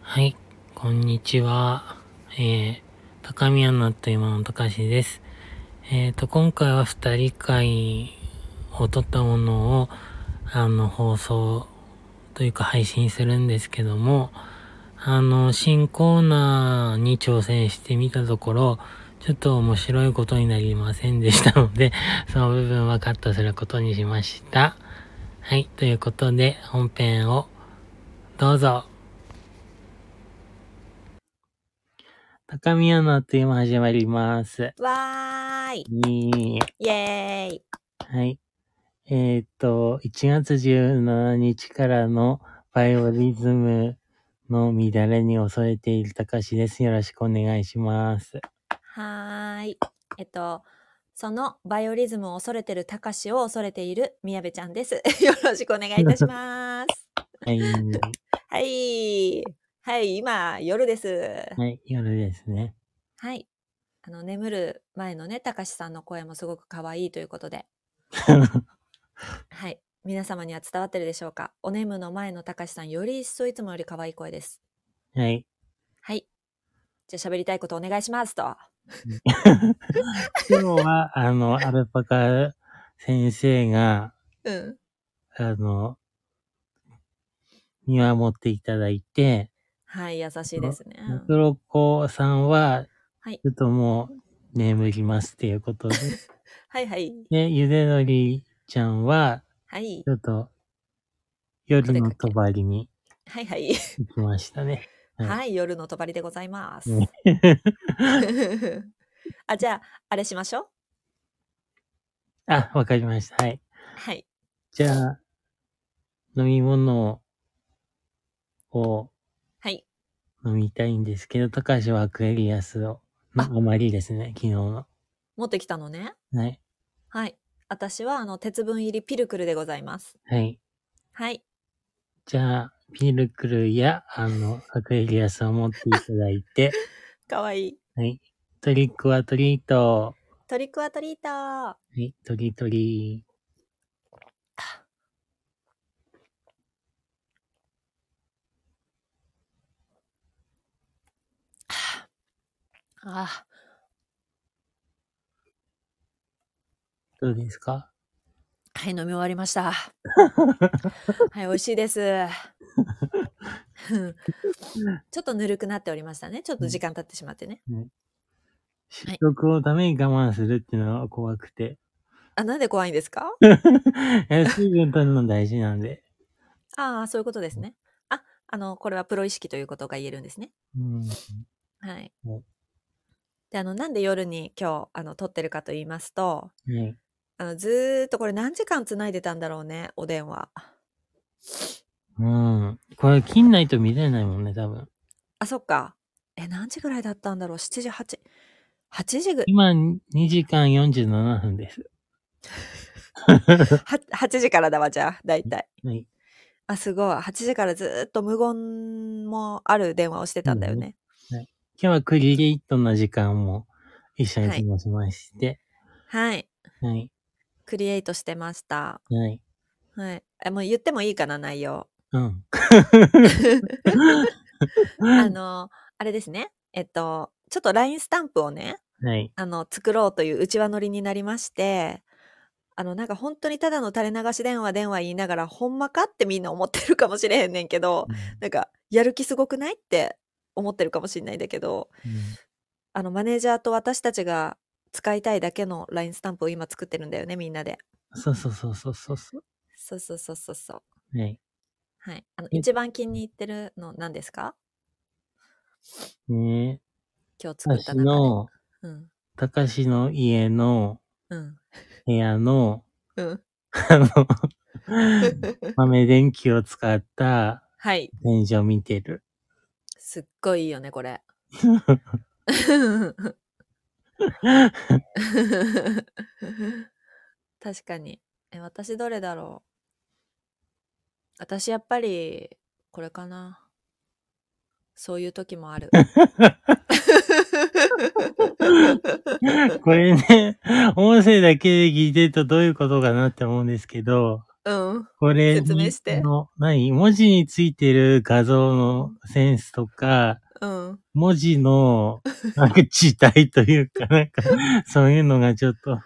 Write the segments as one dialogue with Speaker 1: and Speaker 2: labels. Speaker 1: はい、こんにちは。えー、高宮のあっという間の高しです。えーと、今回は二人会を撮ったものを、あの、放送というか配信するんですけども、あの、新コーナーに挑戦してみたところ、ちょっと面白いことになりませんでしたので、 その部分はカットすることにしました。はい、ということで本編をどうぞ。高宮のあっという間始まります。
Speaker 2: わーい
Speaker 1: に
Speaker 2: イェーイ
Speaker 1: はい。えーっと、1月17日からのバイオリズムの乱れに恐れている高しです。よろしくお願いします。
Speaker 2: はーい。えっと、そのバイオリズムを恐れてるたかしを恐れている宮部ちゃんです。 よろしくお願いいたします。
Speaker 1: はい。
Speaker 2: はい。はい、今、夜です。
Speaker 1: はい、夜ですね。
Speaker 2: はい。あの、眠る前のね、たかしさんの声もすごく可愛いということで。はい。皆様には伝わってるでしょうかお眠の前のたかしさん、より一層いつもより可愛い声です。
Speaker 1: はい。
Speaker 2: はい。じゃあ喋りたいことお願いしますと。
Speaker 1: 今日は、あの、アルパカ先生が、
Speaker 2: うん。
Speaker 1: あの、見守っていただいて、
Speaker 2: はい、優しいですね。
Speaker 1: マクロコさんは、
Speaker 2: はい
Speaker 1: ちょっともう眠りますっていうことで、
Speaker 2: はいはい。
Speaker 1: で、 ゆでのりちゃんは、
Speaker 2: はい
Speaker 1: ち。ょっと、夜のとばりに
Speaker 2: はいはい。
Speaker 1: 行きましたね。はい
Speaker 2: はい、夜のとばりでございます
Speaker 1: ね。
Speaker 2: あ、じゃあ、あれしましょう。
Speaker 1: あ、わかりました。はい。
Speaker 2: はい。
Speaker 1: じゃあ、飲み物を
Speaker 2: はい。
Speaker 1: 飲みたいんですけど、高橋はアクエリアスを、
Speaker 2: あ
Speaker 1: の余りですね、昨日の。
Speaker 2: 持ってきたのね。
Speaker 1: はい。
Speaker 2: はい。私は、あの、鉄分入りピルクルでございます。
Speaker 1: はい。
Speaker 2: はい。
Speaker 1: じゃあ、ピルクルや、あの、アクエリアスを持っていただいて、
Speaker 2: かわいい。
Speaker 1: はい。トリックはトリート。
Speaker 2: トリックアトリートー。
Speaker 1: はい、トリトリ。
Speaker 2: あ、
Speaker 1: どうですか
Speaker 2: はい、飲み終わりました。 はい、美味しいです。うんちょっとぬるくなっておりましたね。ちょっと時間経ってしまってね。
Speaker 1: 失速をために我慢するっていうのは怖くて。
Speaker 2: あ、なんで怖いんですか
Speaker 1: え水分取るの大事なんで。
Speaker 2: ああ、そういうことですね。あ、あの、これはプロ意識ということが言えるんですね。
Speaker 1: うん。
Speaker 2: はい
Speaker 1: お。
Speaker 2: で、あの、なんで夜に今日、あの、撮ってるかと言いますと、
Speaker 1: はい。
Speaker 2: あの、ずーっとこれ何時間繋いでたんだろうね、お電話。
Speaker 1: うん。これ、切んないと見れないもんね、多分。
Speaker 2: あ、そっか。え、何時ぐらいだったんだろう ?7 時、8、8時ぐ、
Speaker 1: 今、2時間47分です。
Speaker 2: は8時からだわ、じゃあ、だいたい。
Speaker 1: はい。
Speaker 2: あ、すごい。8時からずーっと無言もある電話をしてたんだよね。
Speaker 1: 今日はクリリットな時間も一緒に過ごしまして。
Speaker 2: はい。
Speaker 1: はい。
Speaker 2: クリエイトしてました。
Speaker 1: はい。
Speaker 2: はい。え、もう言ってもいいかな、内 容。
Speaker 1: うん。
Speaker 2: あの、あれですね。えっと、ちょっと LINE スタンプをね、
Speaker 1: はい。
Speaker 2: あの、作ろうという内輪乗りになりまして、あの、なんか本当にただの垂れ流し電話電話言いながら、ほんまかってみんな思ってるかもしれへんねんけど、なんか、やる気すごくないって思ってるかもしれないんだけど、あの、マネージャーと私たちが使いたいだけの LINE スタンプを今作ってるんだよね、みんなで。
Speaker 1: そうそうそうそうそうそ
Speaker 2: そうそうそうそうそう。
Speaker 1: う。はい。
Speaker 2: はい。あの、
Speaker 1: え
Speaker 2: 一番気に入ってるの何ですか
Speaker 1: ねえ。
Speaker 2: 今日作った
Speaker 1: 私
Speaker 2: 中で。
Speaker 1: の、
Speaker 2: うん。
Speaker 1: たかしの家の
Speaker 2: うん。
Speaker 1: 部屋 の、
Speaker 2: うん。
Speaker 1: あの、豆電球を使った
Speaker 2: はい。
Speaker 1: 天井を見てる。
Speaker 2: すっごいいいよね、これ。確かに。え、私どれだろう。私やっぱり、これかな。そういう時もある。
Speaker 1: これね、音声だけで聞いてるとどういうことかなって思うんですけど、
Speaker 2: うん。
Speaker 1: これ
Speaker 2: 説明して
Speaker 1: の、何文字についてる画像のセンスとか、
Speaker 2: うん。
Speaker 1: 文字の、なんか、字体というか、なんか、そういうのがちょっと、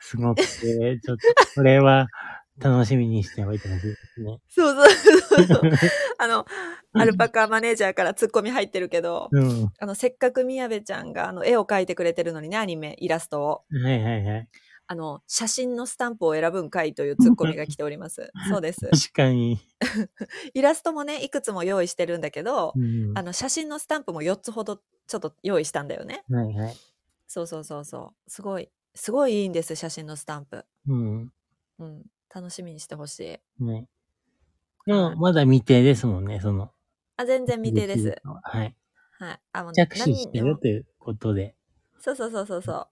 Speaker 1: すごくて、ちょっと、これは、楽しみにしておいてほしいですね。
Speaker 2: そうそうそうそう。あの、アルパカマネージャーからツッコミ入ってるけど、
Speaker 1: うん。
Speaker 2: あの、せっかく宮部ちゃんがあの絵を描いてくれてるのにね、アニメ、イラストを。
Speaker 1: はいはいはい。
Speaker 2: あの、写真のスタンプを選ぶんかいというツ ッコミが来ております。そうです。
Speaker 1: 確かに。
Speaker 2: イラストもね、いくつも用意してるんだけど、
Speaker 1: うん。
Speaker 2: あ
Speaker 1: は
Speaker 2: の、写真のスタンプも4つほどちょっと用意したんだよね。
Speaker 1: いはい。
Speaker 2: そうそうそうそう。すごい、すごいいいんです、写真のスタンプ。
Speaker 1: うん。
Speaker 2: うん。楽しみにしてほしい。
Speaker 1: ね。でも、まだ未定ですもんね、その。
Speaker 2: あ、全然未定です。。
Speaker 1: はい。
Speaker 2: はい。あ、もう
Speaker 1: 着手して
Speaker 2: 何に
Speaker 1: る
Speaker 2: も
Speaker 1: ということで。
Speaker 2: そうそうそうそうそう。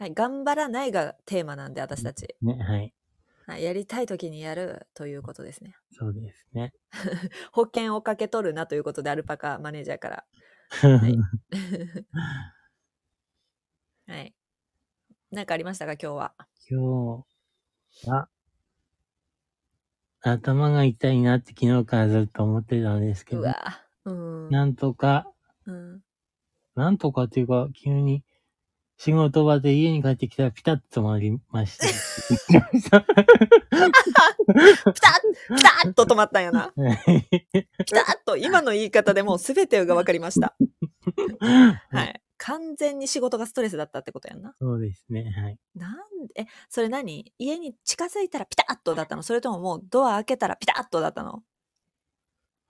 Speaker 2: はい、頑張らないがテーマなんで、私たち。
Speaker 1: ね、はい。
Speaker 2: はい、やりたい時にやるということですね。
Speaker 1: そうですね。
Speaker 2: 保険をかけ取るなということで、アルパカマネージャーから。いはい。なんかありましたか、今日は。
Speaker 1: 今日は、頭が痛いなって昨日からずっと思ってたんですけ
Speaker 2: う
Speaker 1: ど、
Speaker 2: わうん。
Speaker 1: なんとか、
Speaker 2: うん。
Speaker 1: なんとかっていうか、急に仕事場で家に帰ってきたらピタッと止まりま した。
Speaker 2: ピタッピタッと止まったんやな。 ピタッと、今の言い方でもう全てが分かりま した。はい。完全に仕事がストレスだったってことやん な。
Speaker 1: そうですね、はい。
Speaker 2: なんで、え、それ何家に近づいたらピタッとだったのそれとももうドア開けたらピタッとだったの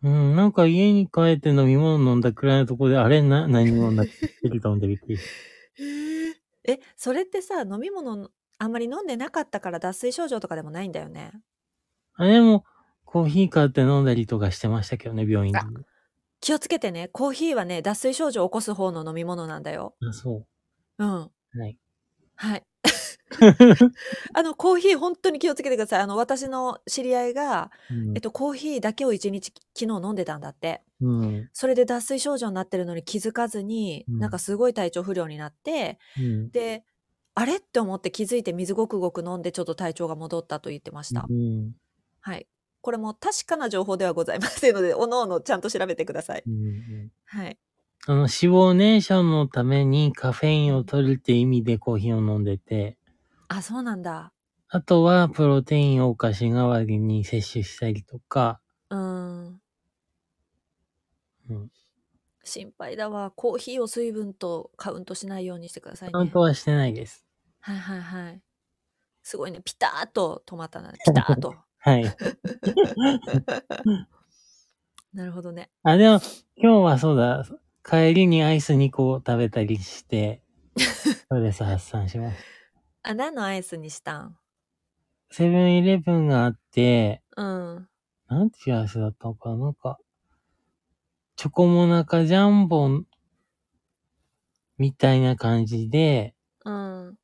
Speaker 1: うん、なんか家に帰って飲み物飲んだくらいのところで、あれな、何飲んだっけって飲んでびっくりした。
Speaker 2: え、それってさ、飲み物のあんまり飲んでなかったから脱水症状とかでもないんだよね。
Speaker 1: あれも、コーヒー買って飲んだりとかしてましたけどね、病院で
Speaker 2: あ。気をつけてね、コーヒーはね、脱水症状を起こす方の飲み物なんだよ。
Speaker 1: あ、そ
Speaker 2: うん。
Speaker 1: う。 はい。
Speaker 2: はい。あの、コーヒー本当に気をつけてください。あの、私の知り合いが、
Speaker 1: うん
Speaker 2: えっと、コーヒーだけを一日昨日飲んでたんだって。
Speaker 1: うん。
Speaker 2: それで脱水症状になってるのに気づかずに、
Speaker 1: うん
Speaker 2: なんかすごい体調不良になって、
Speaker 1: うん。
Speaker 2: で、あれって思って気づいて水ごくごく飲んでちょっと体調が戻ったと言ってました。
Speaker 1: うん。
Speaker 2: はい。これも確かな情報ではございませんので、 おのおのちゃんと調べてください。
Speaker 1: うん
Speaker 2: はい。
Speaker 1: あの、脂肪燃焼のためにカフェインを取るって意味でコーヒーを飲んでて、
Speaker 2: あ、そうなんだ。
Speaker 1: あとはプロテインをお菓子代わりに摂取したりとか、
Speaker 2: うーん。
Speaker 1: うん。
Speaker 2: 心配だわ。コーヒーを水分とカウントしないようにしてくださいね。
Speaker 1: カウントはしてないです。
Speaker 2: はいはいはい。すごいね。ピターッと止まったな。ピター ッと。
Speaker 1: はい。
Speaker 2: なるほどね。
Speaker 1: あ、でも、今日はそうだ、帰りにアイス2個食べたり して、ストレス発散しました。
Speaker 2: あ、何のアイスにしたん
Speaker 1: セブンイレブンがあって、
Speaker 2: うん。
Speaker 1: なんていうアイスだったのかななんか、チョコモナカジャンボンみたいな感じで、
Speaker 2: うん。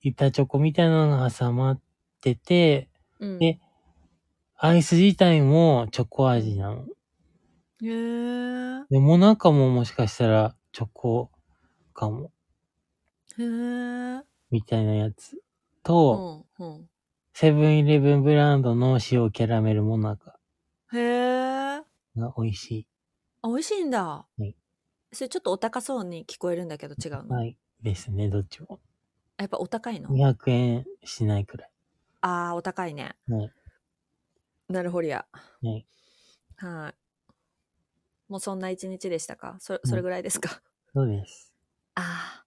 Speaker 1: 板チョコみたいなのが挟まってて、
Speaker 2: うん。
Speaker 1: えアイス自体もチョコ味なの。
Speaker 2: へー
Speaker 1: で、もナカももしかしたらチョコかも、
Speaker 2: へー
Speaker 1: みたいなやつ
Speaker 2: う
Speaker 1: と、
Speaker 2: ん。うん。
Speaker 1: セブンイレブンブランドの塩キャラメルモナカ
Speaker 2: へー
Speaker 1: が美味しい。
Speaker 2: あ、美味しいんだ。
Speaker 1: い
Speaker 2: それちょっとお高そうに聞こえるんだけど違うの。
Speaker 1: はい。ですね、どっちも。
Speaker 2: やっぱお高いの
Speaker 1: 200円しないくらい。
Speaker 2: ああ、お高いね。
Speaker 1: はい。
Speaker 2: なるほりゃ。
Speaker 1: はい。
Speaker 2: はい。もうそんな一日でしたかそそれぐらいですか、
Speaker 1: そうです。
Speaker 2: ああ。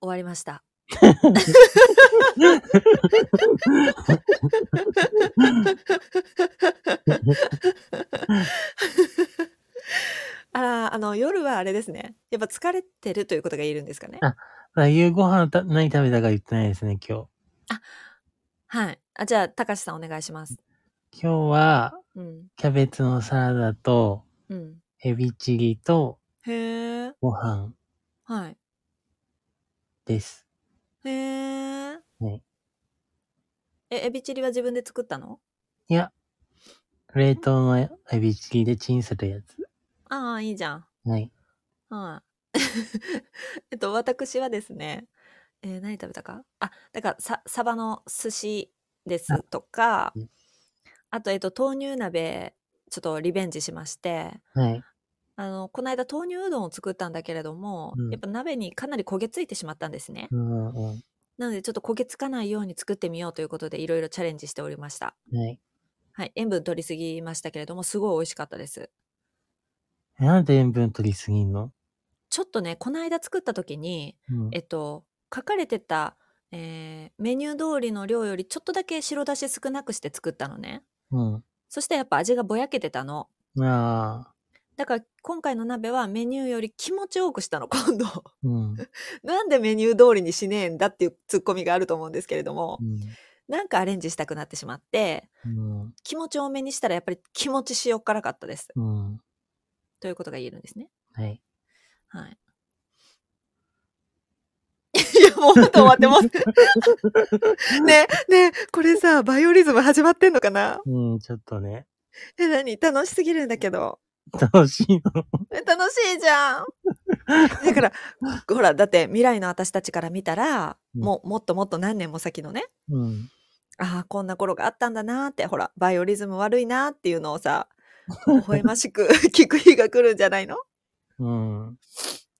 Speaker 2: 終わりました。あら、あの、夜はあれですね。やっぱ疲れてるということが言えるんですかね。
Speaker 1: ああ夕ご飯た何食べたか言ってないですね、今日。
Speaker 2: はい。あじゃあ、たかしさんお願いします。
Speaker 1: 今日は、
Speaker 2: うん。
Speaker 1: キャベツのサラダと、
Speaker 2: うん。
Speaker 1: エビチリと、
Speaker 2: へえ。
Speaker 1: ご飯
Speaker 2: はい。
Speaker 1: です。
Speaker 2: へえ。
Speaker 1: ね
Speaker 2: え、エビチリは自分で作ったの
Speaker 1: いや、冷凍のエビチリでチンするやつ。
Speaker 2: ああ、いいじゃん。
Speaker 1: はい。
Speaker 2: はい。 えっと、私はですね、えー何食べたかあ、だから、さ、サバの寿司ですとか
Speaker 1: うん、
Speaker 2: あと、えっと、豆乳鍋、ちょっとリベンジしまして、
Speaker 1: はい。
Speaker 2: あの、この間豆乳うどんを作ったんだけれども、
Speaker 1: うん
Speaker 2: やっぱ鍋にかなり焦げついてしまったんですね。
Speaker 1: うんうん。
Speaker 2: なので、ちょっと焦げつかないように作ってみようということで、いろいろチャレンジしておりました。
Speaker 1: はい。
Speaker 2: はい、塩分取りすぎましたけれども、すごい美味しかったです。
Speaker 1: なんで塩分取りすぎんの
Speaker 2: ちょっとね、この間作った時に、
Speaker 1: うん
Speaker 2: えっと、書かれてた、えーメニュー通りの量よりちょっとだけ白だし少なくして作ったのね。
Speaker 1: うん。
Speaker 2: そしてやっぱ味がぼやけてたの。
Speaker 1: ああ。
Speaker 2: だから今回の鍋はメニューより気持ち多くしたの、今度。
Speaker 1: うん。
Speaker 2: なんでメニュー通りにしねえんだっていうツッコミがあると思うんですけれども
Speaker 1: う、ん。
Speaker 2: なんかアレンジしたくなってしまって、
Speaker 1: うん。
Speaker 2: 気持ち多めにしたらやっぱり気持ち塩辛かったです。
Speaker 1: うん。
Speaker 2: ということが言えるんですね。
Speaker 1: はい。
Speaker 2: はい。 いや、もう止まってます。 ねえ、ねえ、これさ、バイオリズム始まってんのかな
Speaker 1: うん、ちょっとね。
Speaker 2: え、何楽しすぎるんだけど。
Speaker 1: 楽しいの。
Speaker 2: え楽しいじゃん。 だから、ほら、だって未来の私たちから見たら、
Speaker 1: うん
Speaker 2: もう、もっともっと何年も先のね、
Speaker 1: うん。
Speaker 2: ああ、こんな頃があったんだなーって、ほら、バイオリズム悪いなーっていうのをさ、微笑ましく 聞く日が来るんじゃないの
Speaker 1: うん。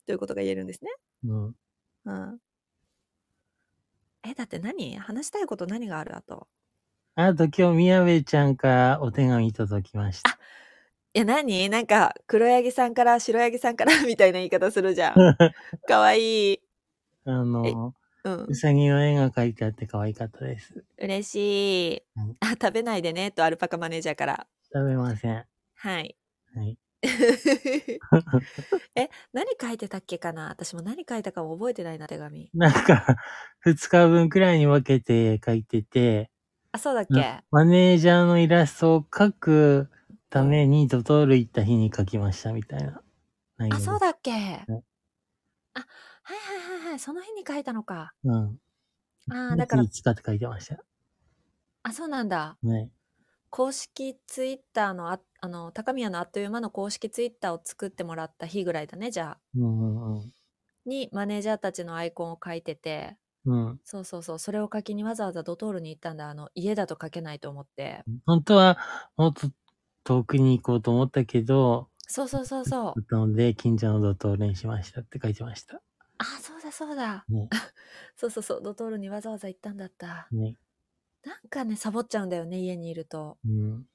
Speaker 2: ということが言えるんですね。
Speaker 1: うん。
Speaker 2: うん。え、だって何話したいこと何があるあと。
Speaker 1: あと今日、宮部ちゃんからお手紙届きました。
Speaker 2: え、何なんか、黒柳さんから白柳さんから みたいな言い方するじゃん。かわいい。
Speaker 1: あの、
Speaker 2: うん
Speaker 1: う。さぎの絵が描いてあって可愛かったです。
Speaker 2: 嬉しい
Speaker 1: うん。
Speaker 2: あ、食べないでね、とアルパカマネージャーから。
Speaker 1: 食べません。
Speaker 2: はい。
Speaker 1: はい。
Speaker 2: え、何書いてたっけかな私も何書いたかも覚えてないな、手紙。
Speaker 1: なんか、 二日分くらいに分けて描いてて、
Speaker 2: あ、そうだっ
Speaker 1: うん
Speaker 2: け
Speaker 1: マネージャーのイラストを描くためにドトール行った日に描きましたみたいな内容
Speaker 2: あ、
Speaker 1: です。
Speaker 2: そうだっけあ、はいはいはいはい。その日に書いたのか。
Speaker 1: うん。
Speaker 2: ああ、だから
Speaker 1: い、つかって書いてました。
Speaker 2: あ、そうなんだ。
Speaker 1: はい。
Speaker 2: 公式ツイッターのあ、あの、高宮のあっという間の公式ツイッターを作ってもらった日ぐらいだね、じゃあ。
Speaker 1: うんうん
Speaker 2: に、マネージャーたちのアイコンを書いてて、
Speaker 1: うん。うん。
Speaker 2: そうそうそう、それを書きにわざわざドトールに行ったんだ。あの、家だと書けないと思って。
Speaker 1: 本当は、もっと遠くに行こうと思ったけど、
Speaker 2: そうそうそうそう
Speaker 1: だ。ったので、近所のドトールにしましたって書いてました。
Speaker 2: あ、そうだそうだ。
Speaker 1: ね
Speaker 2: そうそうそう、ドトールにわざわざ行ったんだった。
Speaker 1: ね。
Speaker 2: なんかね、サボっちゃうんだよね、家にいると。
Speaker 1: うん。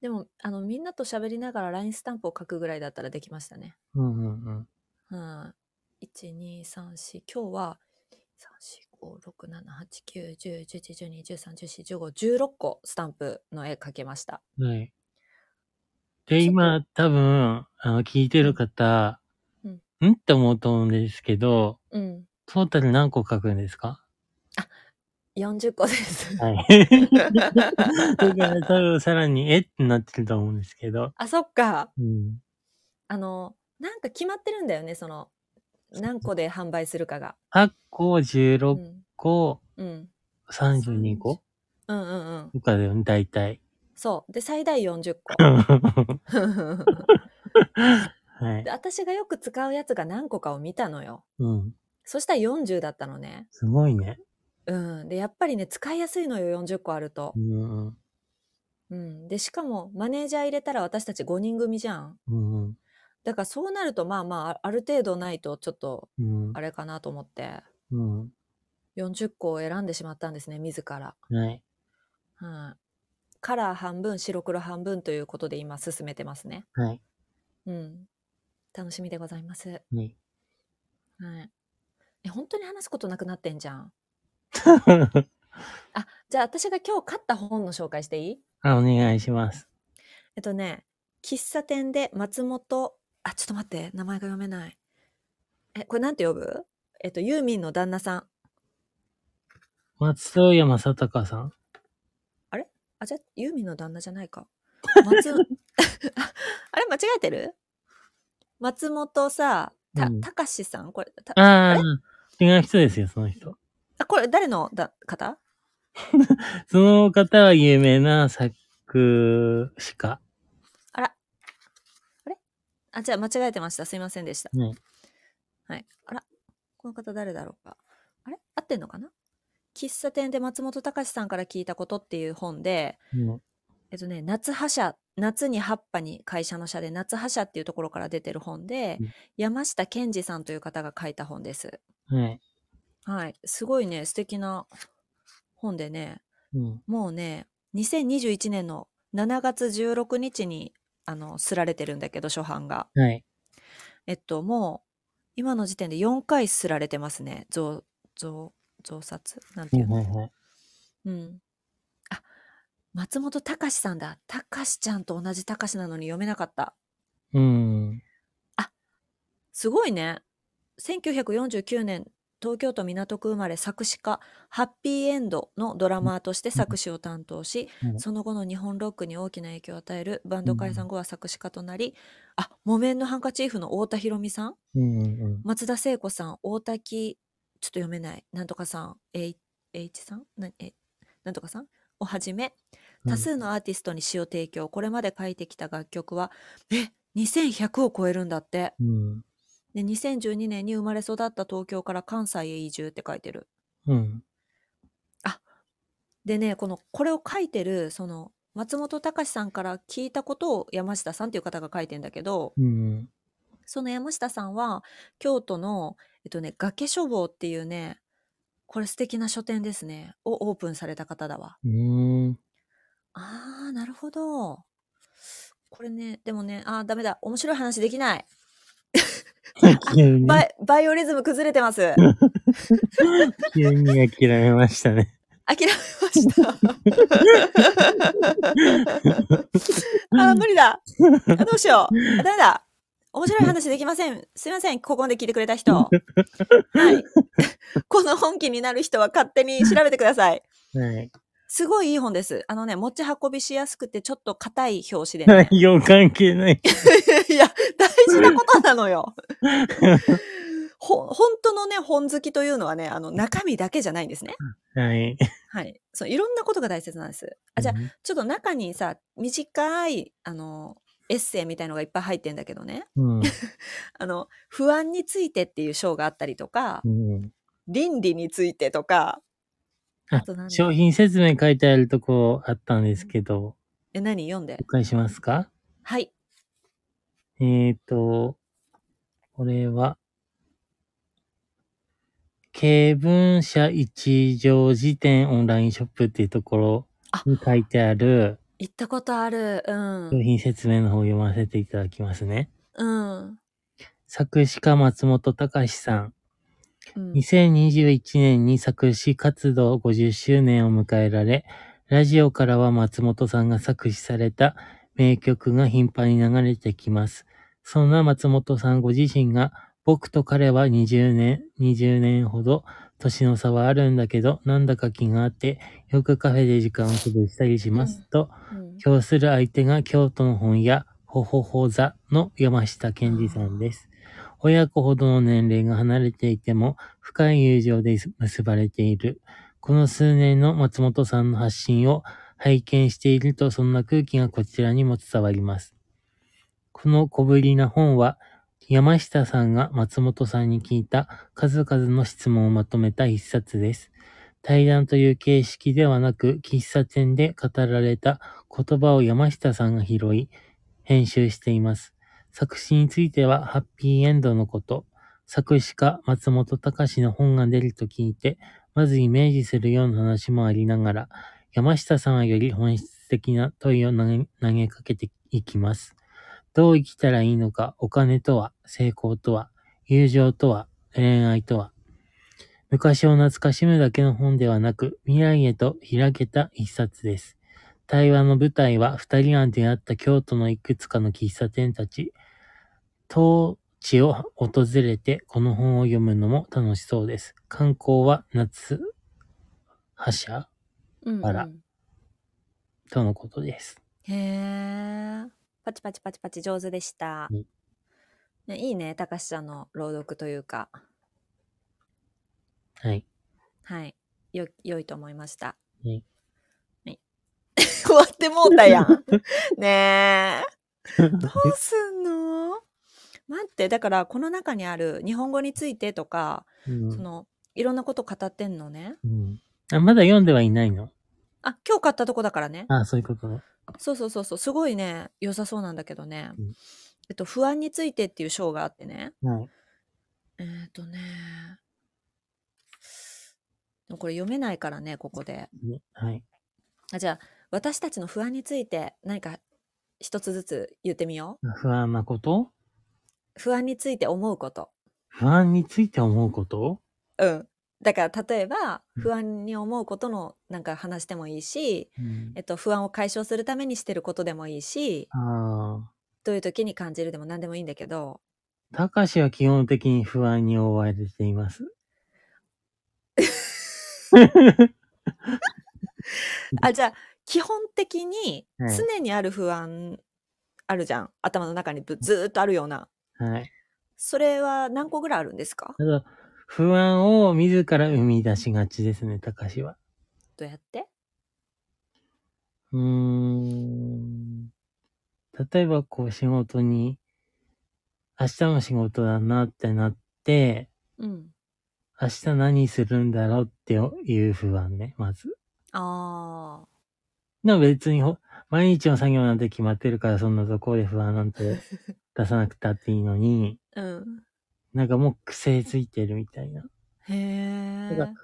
Speaker 2: でも、あの、みんなと喋りながら LINE スタンプを書くぐらいだったらできましたね。
Speaker 1: うんうんうん。
Speaker 2: うん。1、2、3、4、今日は、3、4、5、6、7、8、9、10、11、12、13、14、15、16個スタンプの絵描けました。
Speaker 1: はい。で、
Speaker 2: ちょっと
Speaker 1: 今、多分、あの、聞いてる方、
Speaker 2: うん
Speaker 1: んって思うと思うんですけど、
Speaker 2: うん。
Speaker 1: トータル何個書くんですか
Speaker 2: 40個です。
Speaker 1: はい。 だから多分さらに、えってなってると思うんですけど。
Speaker 2: あ、そっか。
Speaker 1: うん。
Speaker 2: あの、なんか決まってるんだよね、その、何個で販売するかが。
Speaker 1: 8個、
Speaker 2: う
Speaker 1: 16
Speaker 2: ん。
Speaker 1: 個、
Speaker 2: うん。
Speaker 1: 32個
Speaker 2: うんうんうん。
Speaker 1: とかだよね、大 体。
Speaker 2: そう。で、最大40個。
Speaker 1: はい。
Speaker 2: で私がよく使うやつが何個かを見たのよ。
Speaker 1: うん。
Speaker 2: そしたら40だったのね。
Speaker 1: すごいね。
Speaker 2: うん。で、やっぱりね、使いやすいのよ、40個あると
Speaker 1: う。んうん。
Speaker 2: うん。で、しかも、マネージャー入れたら私たち5人組じゃん。
Speaker 1: うんうん。
Speaker 2: だからそうなると、まあまあ、あある程度ないと、ちょっと、
Speaker 1: うん
Speaker 2: あれかなと思って、
Speaker 1: うん。
Speaker 2: 40個を選んでしまったんですね、自ら。
Speaker 1: はい。
Speaker 2: うん。カラー半分、白黒半分ということで今進めてますね。
Speaker 1: はい。
Speaker 2: うん。楽しみでございます。はい。
Speaker 1: はい。
Speaker 2: え、本当に話すことなくなってんじゃん。あ、じゃあ私が今日買った本の紹介していい
Speaker 1: あ、お願いします。
Speaker 2: えっとね、喫茶店で松本、あ、ちょっと待って、名前が読めない。え、これなんて呼ぶえっと、ユーミンの旦那さん。
Speaker 1: 松任谷正隆さん
Speaker 2: あ、じゃあ、ユーミンの旦那じゃないか。松、ああれ間違えてる松本さ、た
Speaker 1: う、ん
Speaker 2: たかしさんこれ、た
Speaker 1: あ
Speaker 2: れ
Speaker 1: あ、違う人ですよ、その人。
Speaker 2: あ、これ誰のだ方
Speaker 1: その方は有名な作詞家。
Speaker 2: あら。あれあ、じゃあ間違えてました。すいませんでした。
Speaker 1: ね
Speaker 2: はい。あら。この方誰だろうか。あれ合ってんのかな喫茶店で松本隆さんから聞いたことっていう本で、
Speaker 1: うん
Speaker 2: えっとね、夏覇者、夏に葉っぱに会社の社で夏覇者っていうところから出てる本で、
Speaker 1: うん
Speaker 2: 山下健二さんという方が書いた本です。
Speaker 1: はい。
Speaker 2: はい。すごいね、素敵な本でね、
Speaker 1: うん。
Speaker 2: もうね、2021年の7月16日に、あの、すられてるんだけど、初版が。
Speaker 1: はい。
Speaker 2: えっと、もう、今の時点で4回すられてますね。増、増、増刷なんて
Speaker 1: はい
Speaker 2: いうの、
Speaker 1: はいはい。
Speaker 2: うん。あ、松本隆さんだ。隆ちゃんと同じ隆なのに読めなかった。
Speaker 1: うん。
Speaker 2: すごいね。1949年、東京都港区生まれ作詞家、ハッピーエンドのドラマーとして作詞を担当し、
Speaker 1: うん
Speaker 2: その後の日本ロックに大きな影響を与えるバンド解散後は作詞家となり、あ、木綿のハンカチーフの太田博美さん
Speaker 1: うんうん
Speaker 2: 松田聖子さん、大滝、ちょっと読めない、なんとかさん、えい、えいちさんなえ、なんとかさんをはじめ、
Speaker 1: うん
Speaker 2: 多数のアーティストに詩を提供、これまで書いてきた楽曲は、え、2100を超えるんだって。
Speaker 1: うん。
Speaker 2: で、2012年に生まれ育った東京から関西へ移住って書いてる。
Speaker 1: うん。
Speaker 2: でね、この、これを書いてる、その、松本隆さんから聞いたことを山下さんっていう方が書いてんだけど、
Speaker 1: うん。
Speaker 2: その山下さんは京都の、えっとね、崖書房っていうねこれ素敵な書店ですねをオープンされた方だわ
Speaker 1: うん。
Speaker 2: あーなるほどこれねでもねあーダメだ面白い話できない
Speaker 1: 急に、
Speaker 2: バイバイオリズム崩れてます
Speaker 1: 急に諦めましたね。
Speaker 2: 諦めましたあー無理だあどうしようあダメだ面白い話できませんすいませんここまで聞いて くれた人はいこの本気になる人は勝手に調べてください
Speaker 1: はい。
Speaker 2: すごいいい本です。あのね、持ち運びしやすくて、ちょっと硬い表紙で、ね
Speaker 1: 内。容関係ない。
Speaker 2: いや、大事なことなのよ。 ほ、本当のね、本好きというのはね、あの、中身だけじゃないんですね。
Speaker 1: はい。
Speaker 2: はい。そう、いろんなことが大切なんです。あ、じゃあ、ちょっと中にさ、短い、あの、エッセイみたいのがいっぱい入ってんだけどね。
Speaker 1: うん。
Speaker 2: あの、不安についてっていう章があったりとか
Speaker 1: う、ん。
Speaker 2: 倫理についてとか、
Speaker 1: あ
Speaker 2: と何
Speaker 1: 商品説明書いてあるとこあったんですけど、
Speaker 2: え、何読んで
Speaker 1: お。返しますか
Speaker 2: はい。
Speaker 1: えーと、これは、軽文社一条辞典オンラインショップっていうところに書いてある
Speaker 2: 行ったことある。うん
Speaker 1: 商。品説明の方を読ませていただきますね。
Speaker 2: うん。
Speaker 1: 作詞家松本隆さん。
Speaker 2: うん
Speaker 1: 2021年に作詞活動50周年を迎えられ、ラジオからは松本さんが作詞された名曲が頻繁に流れてきます。そんな松本さんご自身が、僕と彼は20年、20年ほど年の差はあるんだけど、なんだか気があって、よくカフェで時間を潰したりしますと、
Speaker 2: うん
Speaker 1: 今日する相手が京都の本屋、ほほほ座の山下健二さんです。親子ほどの年齢が離れていても、深い友情で結ばれている。この数年の松本さんの発信を拝見していると、そんな空気がこちらにも伝わります。この小ぶりな本は、山下さんが松本さんに聞いた数々の質問をまとめた一冊です。対談という形式ではなく、喫茶店で語られた言葉を山下さんが拾い、編集しています。作詞についてはハッピーエンドのこと、作詞家松本隆の本が出ると聞いて、まずイメージするような話もありながら、山下さんはより本質的な問いを投げ投げかけていきます。どう生きたらいいのか、お金とは、成功とは、友情とは、恋愛とは。昔を懐かしむだけの本ではなく、未来へと開けた一冊です。対話の舞台は二人が出会った京都のいくつかの喫茶店たち。当地を訪れてこの本を読むのも楽しそうです。観光は夏覇者
Speaker 2: うん
Speaker 1: あら
Speaker 2: うん
Speaker 1: とのことです。
Speaker 2: へえ。パチパチパチパチ上手でした。
Speaker 1: うん
Speaker 2: ねいいね、たかしちゃんの朗読というか、
Speaker 1: はい。
Speaker 2: はい。よ、良いと思いました。
Speaker 1: うん
Speaker 2: はい。 終わってもうた やん。ねえ。どうすんの待って、だからこの中にある日本語についてとか、
Speaker 1: うん
Speaker 2: その、いろんなこと語ってんのね。
Speaker 1: うんあ、まだ読んではいないの。
Speaker 2: あ、今日買ったとこだからね。
Speaker 1: あ、そういうことね。
Speaker 2: そうそうそうそう、すごいね、良さそうなんだけどね。
Speaker 1: うん
Speaker 2: えっと、不安についてっていう章があってね。
Speaker 1: はい。
Speaker 2: えーっとね。でもこれ読めないからね、ここで。
Speaker 1: ねはい。
Speaker 2: あじゃあ、私たちの不安について何か一つずつ言ってみよ
Speaker 1: 不安なこと
Speaker 2: う。不安について思うこと。
Speaker 1: 不安について思うこと
Speaker 2: うん。だから、例えば、
Speaker 1: うん
Speaker 2: 不安に思うことのなんか話してもいいし、
Speaker 1: うん
Speaker 2: えっと、不安を解消するためにしてることでもいいし、
Speaker 1: あ
Speaker 2: どういう時に感じるでも何でもいいんだけど、
Speaker 1: あ、たかしは基本的に不安に覆われています。
Speaker 2: あ、じゃあ、基本的に
Speaker 1: はい
Speaker 2: 常にある不安あるじゃん。頭の中にぶずーっとあるような。
Speaker 1: はい。
Speaker 2: それは何個ぐらいあるんですか
Speaker 1: ただ、不安を自ら生み出しがちですね、たかしは。
Speaker 2: どうやって
Speaker 1: うーん。例えば、こう、仕事に、明日も仕事だなってなって、
Speaker 2: うん。
Speaker 1: 明日何するんだろうっていう不安ね、まず。
Speaker 2: ああ。
Speaker 1: でも別にほ、毎日の作業なんて決まってるから、そんなところで不安なんて出さなくたっていいのに、
Speaker 2: うん。
Speaker 1: なんかもう癖ついてるみたいな。
Speaker 2: へえ。
Speaker 1: だから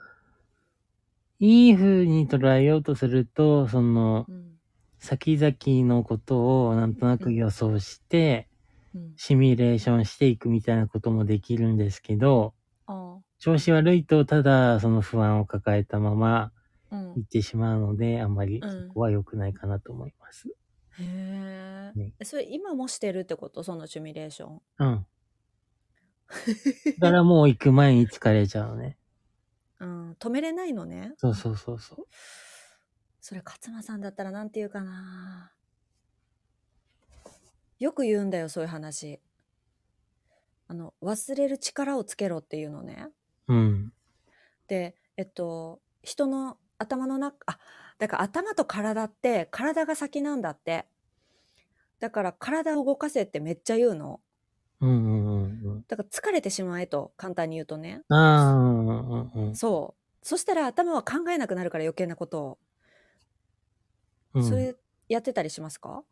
Speaker 1: いい風に捉えようとすると、その
Speaker 2: う、ん。
Speaker 1: 先々のことをなんとなく予想して、
Speaker 2: うん。
Speaker 1: シミュレーションしていくみたいなこともできるんですけど、
Speaker 2: あ
Speaker 1: 調子悪いとただその不安を抱えたまま
Speaker 2: あ。うん
Speaker 1: 行っ。てしまうので、あんまり
Speaker 2: うん
Speaker 1: そこは良くないかなと思います。
Speaker 2: へ
Speaker 1: ね
Speaker 2: え。それ今もしてるってことそのシミュレーション。
Speaker 1: うん。だからもう行く前に疲れちゃうね。
Speaker 2: うん。止めれないのね。
Speaker 1: そうそうそうそう。
Speaker 2: それ勝間さんだったらなんて言うかなよく言うんだよそういう話あの忘れる力をつけろっていうのね
Speaker 1: うん。
Speaker 2: でえっと人の頭の中あだから頭と体って体が先なんだってだから体を動かせってめっちゃ言うの
Speaker 1: うんうんうん
Speaker 2: だから疲れてしまえと簡単に言うとね
Speaker 1: うん。ああ、うんうんうん
Speaker 2: そうそしたら頭は考えなくなるから余計なことを、
Speaker 1: うん。う
Speaker 2: そ
Speaker 1: ん
Speaker 2: れやってたりしますか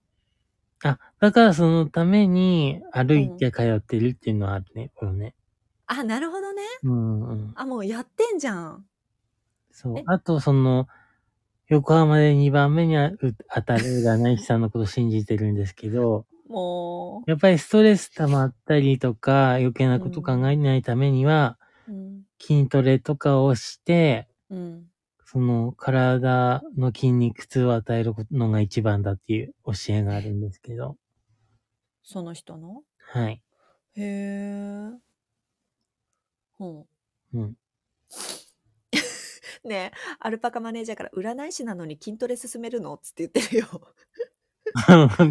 Speaker 1: あ、だからそのために歩いて通ってるっていうのはあるね。これね。
Speaker 2: あなるほどね
Speaker 1: うんうん。
Speaker 2: あもうやってんじゃん
Speaker 1: そう
Speaker 2: え。
Speaker 1: あとその、横浜で2番目にあう当たる占い師さんのことを信じてるんですけど、
Speaker 2: も
Speaker 1: やっぱりストレス溜まったりとか、余計なこと考えないためには、
Speaker 2: う。うん。
Speaker 1: 筋トレとかをして、
Speaker 2: うん。
Speaker 1: その体の筋肉痛を与えるのが一番だっていう教えがあるんですけど。
Speaker 2: その人の
Speaker 1: はい。
Speaker 2: へえ。ほ
Speaker 1: うん。
Speaker 2: う。 ねえ、アルパカマネージャーから占い師なのに筋トレ進めるのつって言ってるよ。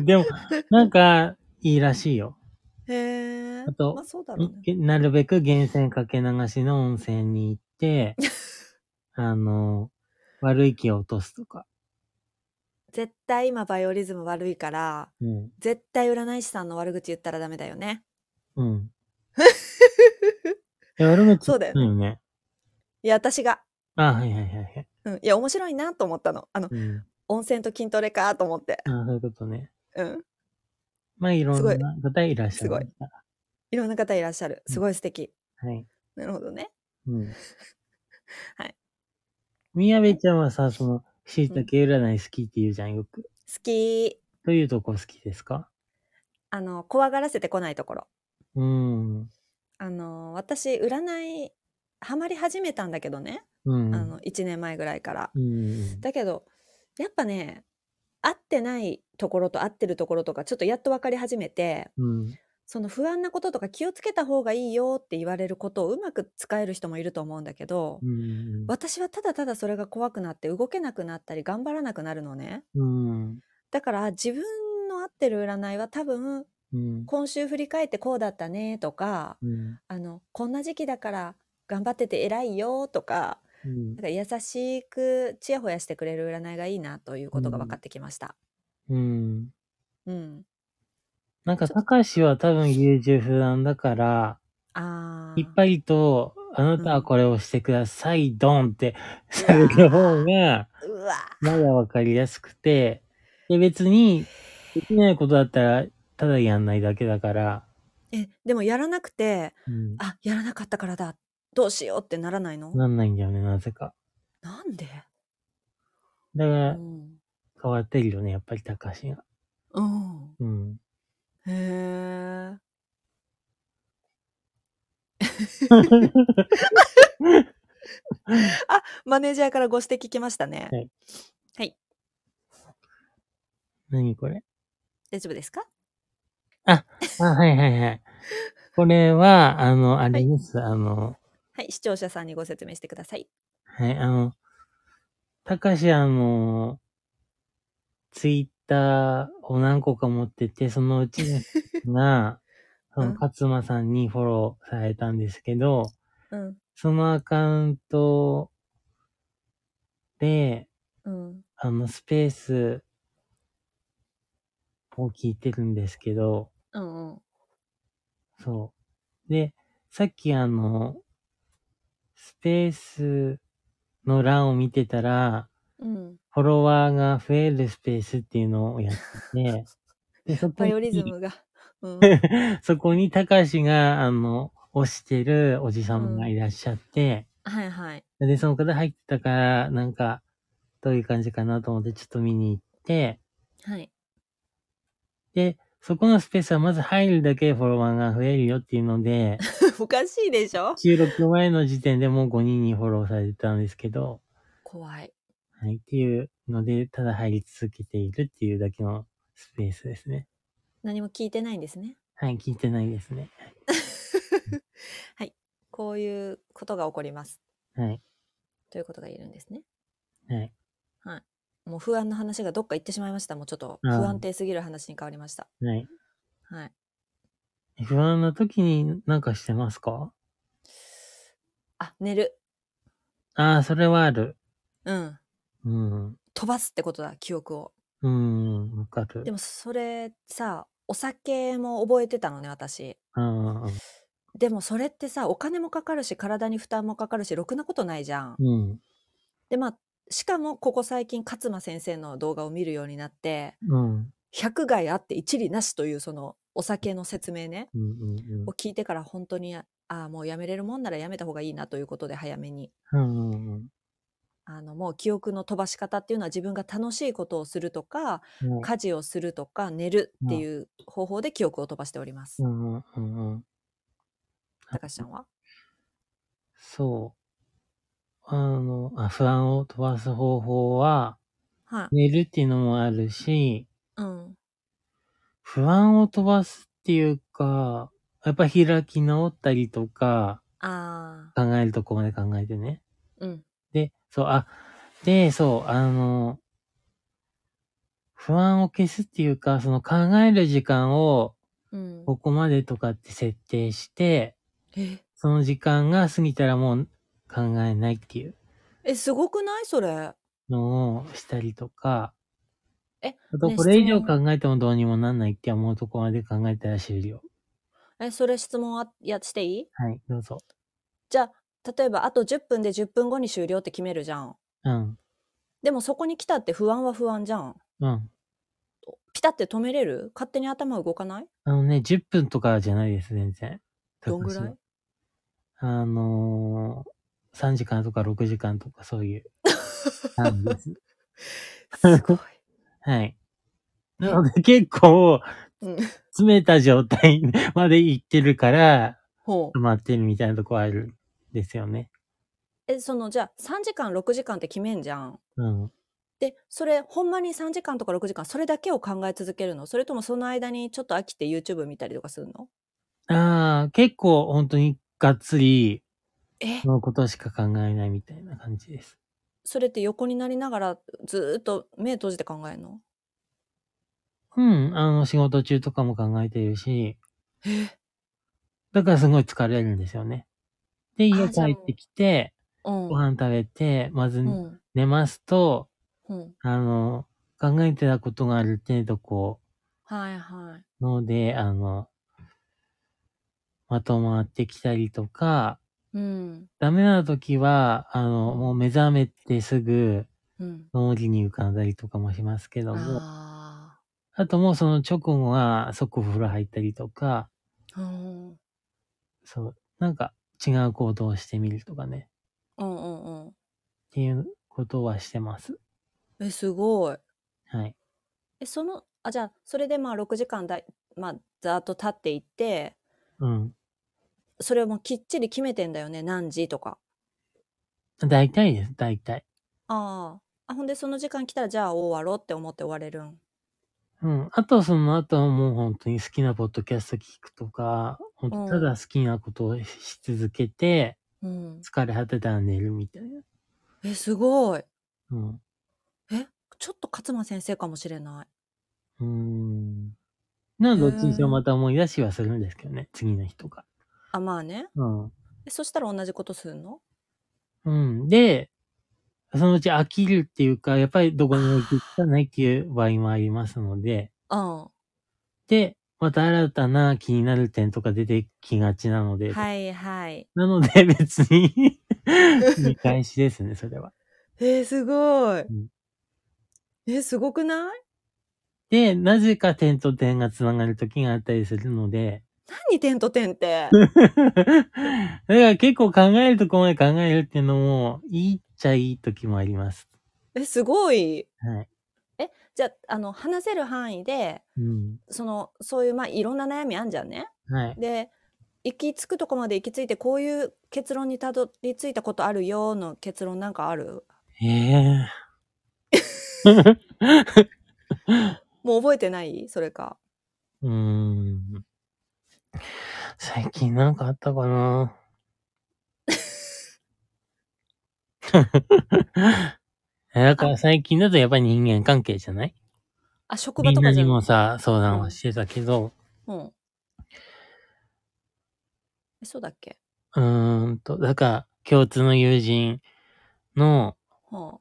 Speaker 1: でも、なんか、いいらしいよ。
Speaker 2: へえ。
Speaker 1: あと
Speaker 2: まあそうだろうね。
Speaker 1: なるべく源泉かけ流しの温泉に行 って、あの、悪い気を落とすとか。
Speaker 2: 絶対今バイオリズム悪いから、
Speaker 1: うん。
Speaker 2: 絶対占い師さんの悪口言ったらダメだよね。
Speaker 1: うん。 いや、悪口
Speaker 2: そうだよね
Speaker 1: よね。
Speaker 2: いや、私が。
Speaker 1: あ、はいはいはいはい。
Speaker 2: うん。いや、面白いなと思ったの。あの、
Speaker 1: うん。
Speaker 2: 温泉と筋トレかと思って。
Speaker 1: あそういうことね。
Speaker 2: うん。
Speaker 1: まあ、いろ
Speaker 2: すごい
Speaker 1: んな方いらっしゃる。
Speaker 2: すごい。いろんな方いらっしゃる。すごい素敵。
Speaker 1: はい。
Speaker 2: なるほどね。
Speaker 1: うん。
Speaker 2: はい。
Speaker 1: 宮部ちゃんはさ、その、椎茸占い好きって言うじゃん、よく。
Speaker 2: 好き。
Speaker 1: どういうとこ好きですか
Speaker 2: あの、怖がらせてこないところ。
Speaker 1: うん。
Speaker 2: あの私占いハマり始めたんだけどね、
Speaker 1: うん。
Speaker 2: あの1年前ぐらいから。
Speaker 1: うん。
Speaker 2: だけどやっぱね合ってないところと合ってるところとかちょっとやっと分かり始めて
Speaker 1: うん。
Speaker 2: その不安なこととか気をつけた方がいいよって言われることをうまく使える人もいると思うんだけど、
Speaker 1: うん。
Speaker 2: 私はただただそれが怖くなって動けなくなったり頑張らなくなるのね。
Speaker 1: うん。
Speaker 2: だから自分の合ってる占いは多分
Speaker 1: うん。
Speaker 2: 今週振り返ってこうだったねとか
Speaker 1: うん。
Speaker 2: あのこんな時期だから頑張ってて偉いよとか
Speaker 1: うん
Speaker 2: なんか優しくちやほやしてくれる占いがいいなということが分かってきました。
Speaker 1: うん。
Speaker 2: うん、
Speaker 1: なんか、たかしは多分優柔不断だから、
Speaker 2: ああ
Speaker 1: いっぱいと、あなたはこれをしてください、ドンってさ
Speaker 2: うわ
Speaker 1: れた方が、
Speaker 2: うわ
Speaker 1: まだわかりやすくて、で、別に、できないことだったら、ただやんないだけだから、
Speaker 2: えでもやらなくて
Speaker 1: うん、
Speaker 2: あやらなかったからだどうしようってならないの、
Speaker 1: なんないんだよね、なぜか。
Speaker 2: なんで、
Speaker 1: だか
Speaker 2: う
Speaker 1: ら、
Speaker 2: ん
Speaker 1: 変わってるよね、やっぱり、たかしが。
Speaker 2: うん、
Speaker 1: うん。
Speaker 2: へ えマネージャーからご指摘来ましたね、
Speaker 1: はい何これ
Speaker 2: 大丈夫ですか
Speaker 1: あ、はいはいはい。これは、あの、あれです、あの、
Speaker 2: はい視聴者さんにご説明してください
Speaker 1: はい、あの、たかし、あの、ツイッターを何個か持ってて、そのうちが、その、勝間さんにフォローされたんですけど、
Speaker 2: うん
Speaker 1: そのアカウントで、
Speaker 2: うん
Speaker 1: あの、スペースを聞いてるんですけど、
Speaker 2: うんうん
Speaker 1: そう。で、さっきあの、スペースの欄を見てたら、
Speaker 2: うん
Speaker 1: フォロワーが増えるスペースっていうのをや ってて、でそこ
Speaker 2: バイオリズ
Speaker 1: に、
Speaker 2: ムが、うん、
Speaker 1: そこにたかしが、あの、推してるおじさんがいらっしゃって、
Speaker 2: はいはい
Speaker 1: で、その方入ってたから、なんか、どういう感じかなと思ってちょっと見に行って、
Speaker 2: はい
Speaker 1: で、そこのスペースはまず入るだけでフォロワーが増えるよっていうの で、
Speaker 2: おかしいでしょ
Speaker 1: 収録前の時点でもう5人にフォローされてたんですけど、
Speaker 2: 怖い。
Speaker 1: はい、っていうので、ただ入り続けているっていうだけのスペースですね。
Speaker 2: 何も聞いてないんですね。
Speaker 1: はい、聞いてないですね。
Speaker 2: はい。こういうことが起こります。
Speaker 1: はい、
Speaker 2: ということが言えるんですね。
Speaker 1: はい。
Speaker 2: もう不安の話がどっか行ってしまいました。もうちょっと
Speaker 1: う
Speaker 2: 不
Speaker 1: ん
Speaker 2: 安定すぎる話に変わりました。
Speaker 1: はい。
Speaker 2: はい。
Speaker 1: 不安な時になんかしてますか
Speaker 2: あ、寝る。
Speaker 1: ああ、それはある。
Speaker 2: うん。
Speaker 1: うん。
Speaker 2: 飛ばすってことだ、記憶を。
Speaker 1: うん、わかる
Speaker 2: で。もそれさ、お酒も覚えてたのね、私。
Speaker 1: うん、うん
Speaker 2: でもそれってさ、お金もかかるし、体に負担もかかるし、ろくなことないじゃん。
Speaker 1: うん。
Speaker 2: で、まあ、しかもここ最近、勝間先生の動画を見るようになって、
Speaker 1: うん。
Speaker 2: 百害あって一理なしというそのお酒の説明ね、
Speaker 1: うん。うん
Speaker 2: を聞いてから本当にああもうやめれるもんならやめた方がいいなということで早めに
Speaker 1: うん。うん。
Speaker 2: あのもう記憶の飛ばし方っていうのは自分が楽しいことをするとか
Speaker 1: うん
Speaker 2: 家事をするとか寝るっていう方法で記憶を飛ばしております。
Speaker 1: うんうんうんうん。
Speaker 2: 高橋さんは
Speaker 1: そう。あの、あ不安を飛ばす方法は、
Speaker 2: はい。
Speaker 1: 寝るっていうのもあるし、
Speaker 2: うん。
Speaker 1: 不安を飛ばすっていうか、やっぱ開き直ったりとか、
Speaker 2: ああ。
Speaker 1: 考えるとこまで考えてね。
Speaker 2: うん。
Speaker 1: で、そう、あ、で、そう、あの、不安を消すっていうか、その考える時間を
Speaker 2: うん。
Speaker 1: ここまでとかって設定して、
Speaker 2: え
Speaker 1: その時間が過ぎたらもう考えないっていう
Speaker 2: え、すごくないそれ。
Speaker 1: のをしたりとか、
Speaker 2: え
Speaker 1: あと
Speaker 2: ね
Speaker 1: これ以上
Speaker 2: 質問
Speaker 1: 考えてもどうにもなんないって思うとこまで考えたら終了。
Speaker 2: え、それ質問はやしていい
Speaker 1: はい、どうぞ。
Speaker 2: じゃあ、例えばあと10分で10分後に終了って決めるじゃん。
Speaker 1: うん、
Speaker 2: でもそこに来たって不安は不安じゃん。
Speaker 1: うん。
Speaker 2: ピタって止めれる勝手に頭動かない
Speaker 1: あのね、10分とかじゃないです、全然。
Speaker 2: どんぐら
Speaker 1: 高橋
Speaker 2: い
Speaker 1: はあのー、3時間とか6時間とかそう いう感じです。
Speaker 2: すごい。
Speaker 1: はい。 なので結構、
Speaker 2: うん、
Speaker 1: 詰めた状態まで行ってるから、
Speaker 2: ほ
Speaker 1: 止まってるみたいなとこあるんですよね。
Speaker 2: う。え、そのじゃあ3時間6時間って決めんじゃん。
Speaker 1: うん。
Speaker 2: で、それほんまに3時間とか6時間それだけを考え続けるのそれともその間にちょっと飽きて YouTube 見たりとかするの
Speaker 1: ああ、結構本当にがっつり
Speaker 2: え
Speaker 1: のことしか考えないみたいな感じです。
Speaker 2: それって横になりながらずーっと目閉じて考えるの
Speaker 1: うん、あの、仕事中とかも考えてるし、
Speaker 2: え
Speaker 1: だからすごい疲れるんですよね。で、家
Speaker 2: あじゃあ
Speaker 1: 帰ってきて、
Speaker 2: うん。
Speaker 1: ご飯食べて、まず
Speaker 2: うん。
Speaker 1: 寝ますと、
Speaker 2: うん。
Speaker 1: あの、考えてたことがある程度こ
Speaker 2: はいはい。
Speaker 1: う、ので、あの、まとまってきたりとか、
Speaker 2: うん。
Speaker 1: ダメな時は、あの、もう目覚めてすぐ
Speaker 2: うん。
Speaker 1: 脳裏に浮かんだりとかもしますけども、あ
Speaker 2: あ
Speaker 1: ともうその直後は即お風呂入ったりとか、
Speaker 2: あ。うん。
Speaker 1: そう、なんか違う行動をしてみるとかね、
Speaker 2: うんうんうん。
Speaker 1: っていうことはしてます。
Speaker 2: え、すごい。
Speaker 1: はい。
Speaker 2: え、その、あ、じゃあ、それでまあ6時間だい、まあ、ざーっと経っていって、
Speaker 1: うん。
Speaker 2: それをもうきっちり決めてんだよね。何時とか。
Speaker 1: 大体です、大体。
Speaker 2: ああ。あ、ほんで、その時間来たら、じゃあ終わろうって思って終われるん。
Speaker 1: うん。あと、その後はもう本当に好きなポッドキャスト聞くとか、ほんと
Speaker 2: うん
Speaker 1: ただ好きなことをしし続けて、
Speaker 2: うん。
Speaker 1: 疲れ果てたら寝るみたいな。
Speaker 2: え、すごい。
Speaker 1: うん。
Speaker 2: え、ちょっと勝間先生かもしれない。
Speaker 1: うーん。などっちにしろまた思い出しはするんですけどね、次の日とか。
Speaker 2: あ、まあね。
Speaker 1: うん。
Speaker 2: えそしたら同じことするの
Speaker 1: うん。で、そのうち飽きるっていうか、やっぱりどこに置いていかないっていう場合もありますので、
Speaker 2: うん。
Speaker 1: で、また新たな気になる点とか出てきがちなので、
Speaker 2: はいはい。
Speaker 1: なので別に 見返しですね、それは。
Speaker 2: えー、すごい
Speaker 1: ん。
Speaker 2: えー、すごくない
Speaker 1: で、なぜか点と点がつながる時があったりするので、
Speaker 2: 何点と点って。
Speaker 1: だから結構考えるとこまで考えるっていうのも、いいっちゃいい時もあります。
Speaker 2: え、すごい。
Speaker 1: はい。
Speaker 2: じゃあ、あの、話せる範囲で、
Speaker 1: うん。
Speaker 2: その、そういう、まあ、いろんな悩みあんじゃんね。
Speaker 1: はい。
Speaker 2: で、行き着くとこまで行き着いて、こういう結論にたどり着いたことあるよの結論なんかある
Speaker 1: ええ
Speaker 2: もう覚えてないそれか。
Speaker 1: うーん。最近なんかあったかな だから最近だとやっぱり人間関係じゃない
Speaker 2: あ、職場
Speaker 1: み
Speaker 2: と
Speaker 1: んな
Speaker 2: かじ
Speaker 1: に
Speaker 2: ゃ
Speaker 1: も
Speaker 2: ん。
Speaker 1: さ、相談はしてたけど、
Speaker 2: うん。え、そうだっけ
Speaker 1: うーんと、だから共通の友人の
Speaker 2: は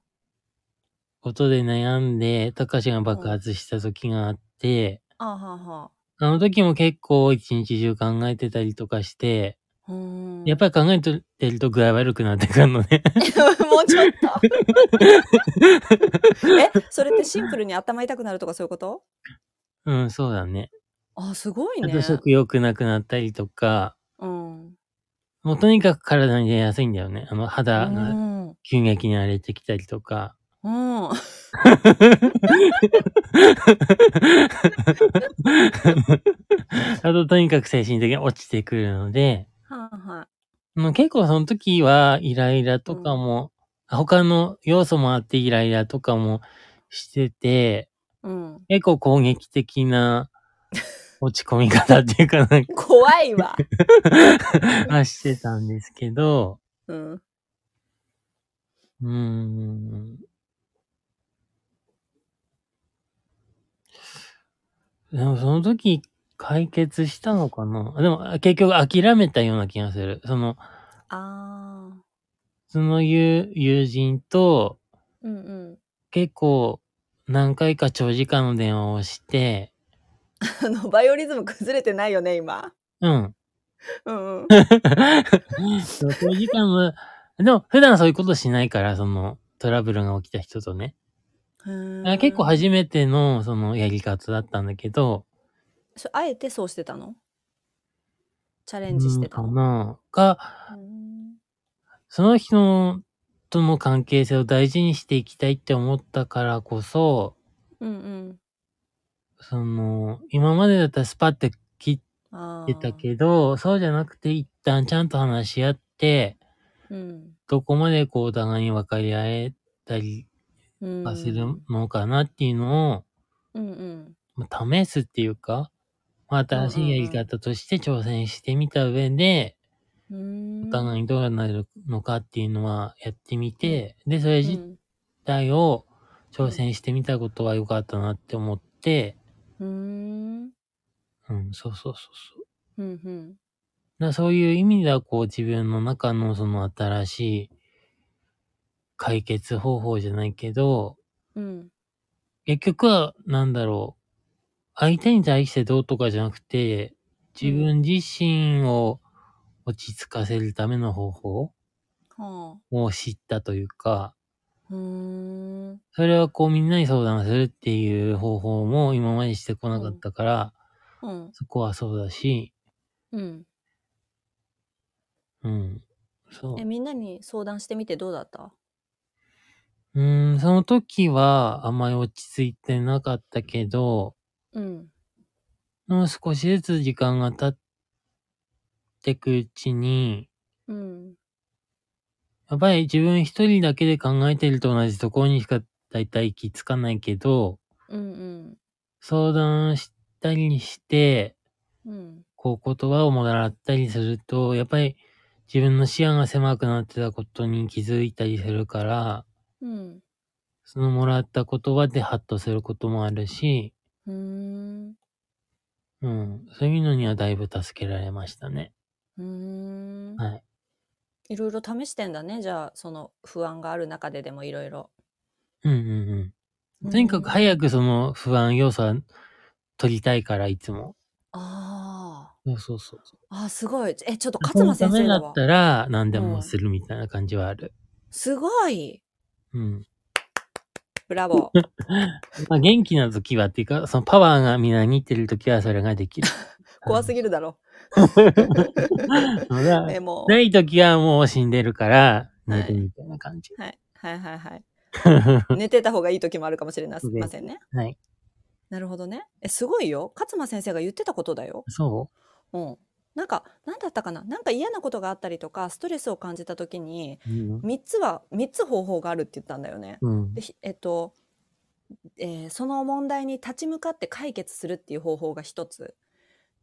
Speaker 1: ことで悩んで、たかしが爆発した時があって、
Speaker 2: あ、ああはあは
Speaker 1: あの時も結構一日中考えてたりとかして、
Speaker 2: あ。うーん。
Speaker 1: やっぱり考えてると具合悪くなってくるのね。
Speaker 2: もうちょっと。え、それってシンプルに頭痛くなるとかそういうこと
Speaker 1: うん、そうだね。
Speaker 2: あ、すごい
Speaker 1: あ
Speaker 2: ね
Speaker 1: と。食欲なくなったりとか、
Speaker 2: うん。
Speaker 1: もうとにかく体に出やすいんだよね。あの肌
Speaker 2: う
Speaker 1: が
Speaker 2: ん。うん。
Speaker 1: 急激に荒れてきたりとか。あととにかく精神的に落ちてくるので、
Speaker 2: はいは
Speaker 1: もう結構その時はイライラとかも、他の要素もあってイライラとかもしてて、
Speaker 2: い。うん。
Speaker 1: 結構攻撃的な落ち込み方っていうかなんか
Speaker 2: 怖いわ。
Speaker 1: はしてたんですけど、
Speaker 2: うん。
Speaker 1: うーん。でもその時解決したのかなでも結局諦めたような気がする。その、
Speaker 2: あー。
Speaker 1: その友友人と
Speaker 2: うんうん。
Speaker 1: 結構何回か長時間の電話をして、
Speaker 2: あの、バイオリズム崩れてないよね、今。
Speaker 1: うん。
Speaker 2: うんうん。
Speaker 1: そう長時間も、でも普段そういうことしないから、そのトラブルが起きた人とね。あ
Speaker 2: へー
Speaker 1: 結構初めてのそのやり方だったんだけど、
Speaker 2: そあえてそうしてたのチャレ
Speaker 1: う
Speaker 2: ンジして
Speaker 1: ん
Speaker 2: たの
Speaker 1: かなか、
Speaker 2: うん
Speaker 1: その人のとの関係性を大事にしていきたいって思ったからこそ、
Speaker 2: うん
Speaker 1: その、今までだったらスパって切
Speaker 2: うん。あ
Speaker 1: って
Speaker 2: ー
Speaker 1: たけど、そうじゃなくて一旦ちゃんと話し合って、
Speaker 2: うん。
Speaker 1: どこまでこうお互いに分かり合えたり
Speaker 2: うん。
Speaker 1: はするのかなっていうのを、
Speaker 2: うんうん。
Speaker 1: まあ試すっていうか、まあ新しいやり方として挑戦してみた上で、
Speaker 2: うーん。
Speaker 1: お互いにどうなるのかっていうのはやってみて、で、それ自
Speaker 2: うん
Speaker 1: 体を挑戦してみたことは良かったなって思って、
Speaker 2: うーん。
Speaker 1: うん、そうそうそうそう。
Speaker 2: うんうん。
Speaker 1: だからそういう意味では、こう自分の中のその新しい解決方法じゃないけど、
Speaker 2: うん。
Speaker 1: 結局は、なんだろう、相手に対してどうとかじゃなくて、自分自身を落ち着かせるための方法
Speaker 2: は
Speaker 1: を知ったというか、
Speaker 2: あ。うーん。
Speaker 1: それはこうみんなに相談するっていう方法も今までしてこなかったから、
Speaker 2: うん。
Speaker 1: そこはそうだし、
Speaker 2: うん。
Speaker 1: うん。そう。
Speaker 2: え、みんなに相談してみてどうだった
Speaker 1: うーん、その時はあんまり落ち着いてなかったけど、
Speaker 2: うん。
Speaker 1: もう少しずつ時間が経ってくうちに、
Speaker 2: うん。
Speaker 1: やっぱり自分一人だけで考えてると同じところにしか大体行き着かないけど、
Speaker 2: うん
Speaker 1: 相談したりして、
Speaker 2: うん。うん。
Speaker 1: こう言葉をもらったりすると、やっぱり自分の視野が狭くなってたことに気づいたりするから、
Speaker 2: うん。
Speaker 1: そのもらった言葉でハッとすることもあるし、
Speaker 2: うーん。
Speaker 1: うん、そういうのにはだいぶ助けられましたね。
Speaker 2: うーん。
Speaker 1: はい。
Speaker 2: いろいろ試してんだね。じゃあ、その不安がある中ででもいろいろ。
Speaker 1: うんうんうん。とにかく早くその不安要素は取りたいから、いつも。
Speaker 2: あ
Speaker 1: そうそうそう。
Speaker 2: あ。あ、すごい。え、ちょっと
Speaker 1: そ
Speaker 2: 勝
Speaker 1: のた
Speaker 2: 間先
Speaker 1: め
Speaker 2: 生
Speaker 1: だ
Speaker 2: だ
Speaker 1: っ
Speaker 2: わ。
Speaker 1: たら何でもするみたいな感じはある。
Speaker 2: すごい。
Speaker 1: うん。
Speaker 2: ブラ ボー。
Speaker 1: まあ元気な時はっていうか、そのパワーがみなぎってる時はそれができる。
Speaker 2: 怖すぎる だろ。
Speaker 1: のが
Speaker 2: え、もう。
Speaker 1: ない時はもう死んでるから、寝てみたいな感じ。
Speaker 2: はい。はいは いはい。
Speaker 1: は
Speaker 2: 寝てた方がいい時もあるかもしれなませんね。
Speaker 1: い。
Speaker 2: なるほどね。え、すごいよ。勝間先生が言ってたことだよ。
Speaker 1: そ
Speaker 2: うん。なんか、なんだったかななんか嫌なことがあったりとか、ストレスを感じた時に、
Speaker 1: う、うん、
Speaker 2: 3つは、3つ方法があるって言ったんだよね。
Speaker 1: うん
Speaker 2: で。ひえっと、えーその問題に立ち向かって解決するっていう方法が一つ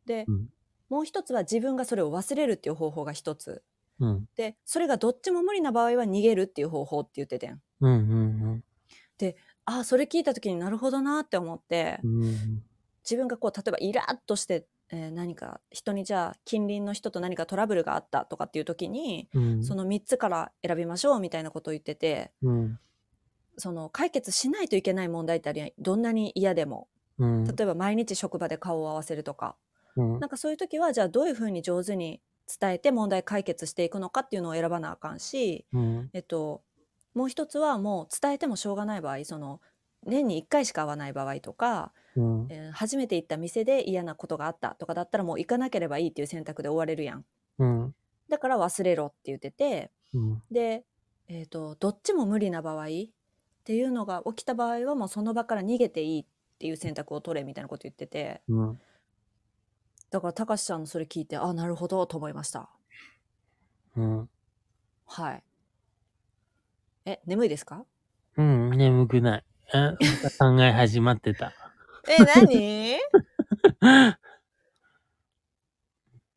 Speaker 2: で、
Speaker 1: うん
Speaker 2: もう一つは自分がそれを忘れるっていう方法が一つ
Speaker 1: うん。
Speaker 2: でそれがどっちも無理な場合は逃げるっていう方法って言っててん
Speaker 1: うん。うん。
Speaker 2: ああそれ聞いた時になるほどなって思って
Speaker 1: うん。
Speaker 2: 自分がこう例えばイラッとして、えー何か人にじゃあ近隣の人と何かトラブルがあったとかっていう時に
Speaker 1: うん。
Speaker 2: その3つから選びましょうみたいなことを言ってて
Speaker 1: うん。
Speaker 2: その解決しないといけない問題ってありどんなに嫌でも
Speaker 1: うん。
Speaker 2: 例えば毎日職場で顔を合わせるとか
Speaker 1: うん
Speaker 2: なんかそういう時はじゃあどういうふうに上手に伝えて問題解決していくのかっていうのを選ばなあかんし、
Speaker 1: うん。
Speaker 2: えっと、もう一つはもう伝えてもしょうがない場合その年に1回しか会わない場合とか、
Speaker 1: うん。
Speaker 2: えー初めて行った店で嫌なことがあったとかだったらもう行かなければいいっていう選択で終われるやん
Speaker 1: うん。
Speaker 2: だから忘れろって言ってて
Speaker 1: うん。
Speaker 2: で、えっとどっちも無理な場合っていうのが起きた場合はもうその場から逃げていいっていう選択を取れみたいなこと言ってて。
Speaker 1: うん。
Speaker 2: だからたかしさんのそれ聞いてあなるほどと思いました
Speaker 1: うん。
Speaker 2: はいえ眠いですか
Speaker 1: うん。眠くない。あ、また考え始まってた。
Speaker 2: え何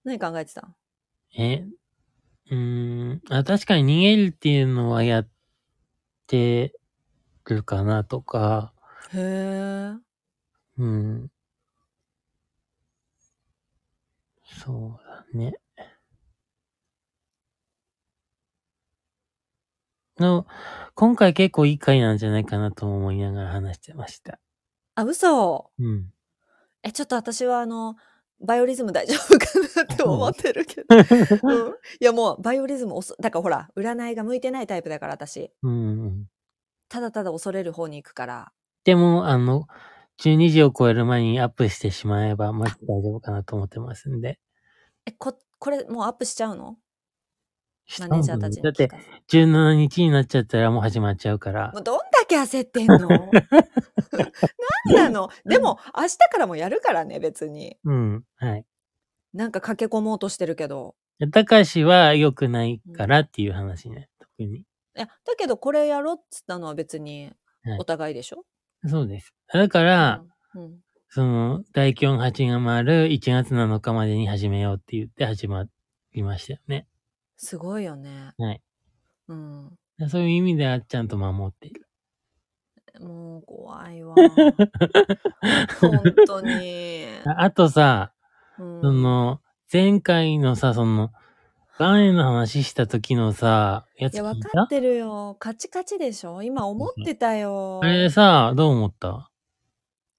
Speaker 2: 何考えてたん
Speaker 1: え、うーん、あ、確かに逃げるっていうのはやってるかなとか、
Speaker 2: へ
Speaker 1: うん。そうだね。の、今回結構いい回なんじゃないかなと思いながら話してました。
Speaker 2: あ嘘
Speaker 1: うん。
Speaker 2: えちょっと私はあのバイオリズム大丈夫かなって思ってる けど、うん、いやもうバイオリズムおそだからほら占いが向いてないタイプだから私
Speaker 1: うんうん。
Speaker 2: ただただ恐れる方に行くから
Speaker 1: でも、あの、12時を超える前にアップしてしまえば、まず大丈夫かなと思ってますんで。
Speaker 2: えここれもうアップしちゃうの
Speaker 1: した
Speaker 2: マ
Speaker 1: ん
Speaker 2: ネージャーたちに
Speaker 1: だ
Speaker 2: 聞
Speaker 1: って
Speaker 2: かせて
Speaker 1: 17日になっちゃったらもう始まっちゃうから
Speaker 2: もう。どんだけ焦ってん の何なのでも明日からもやるからね別に
Speaker 1: うん。はい。
Speaker 2: なんか駆け込もうとしてるけど
Speaker 1: たかしは良くないからっていう話ね。特に。
Speaker 2: いやだけどこれやろうっつったのは別に
Speaker 1: はい
Speaker 2: お互いでしょ、
Speaker 1: そうです。だから、
Speaker 2: うんうん
Speaker 1: その、大気温8が回る1月7日までに始めようって言って始まりましたよね。
Speaker 2: すごいよね
Speaker 1: はい
Speaker 2: うん
Speaker 1: そういう意味であっちゃんと守っている。
Speaker 2: もう 怖いわ本当に、
Speaker 1: ああとさ、
Speaker 2: うん
Speaker 1: その、前回のさ、その、岩塩の話した時のさ、や
Speaker 2: い
Speaker 1: つ
Speaker 2: や
Speaker 1: 聞
Speaker 2: 分
Speaker 1: い
Speaker 2: かったてるよカチカチでしょ今思ってたよ
Speaker 1: あれさ、どう思った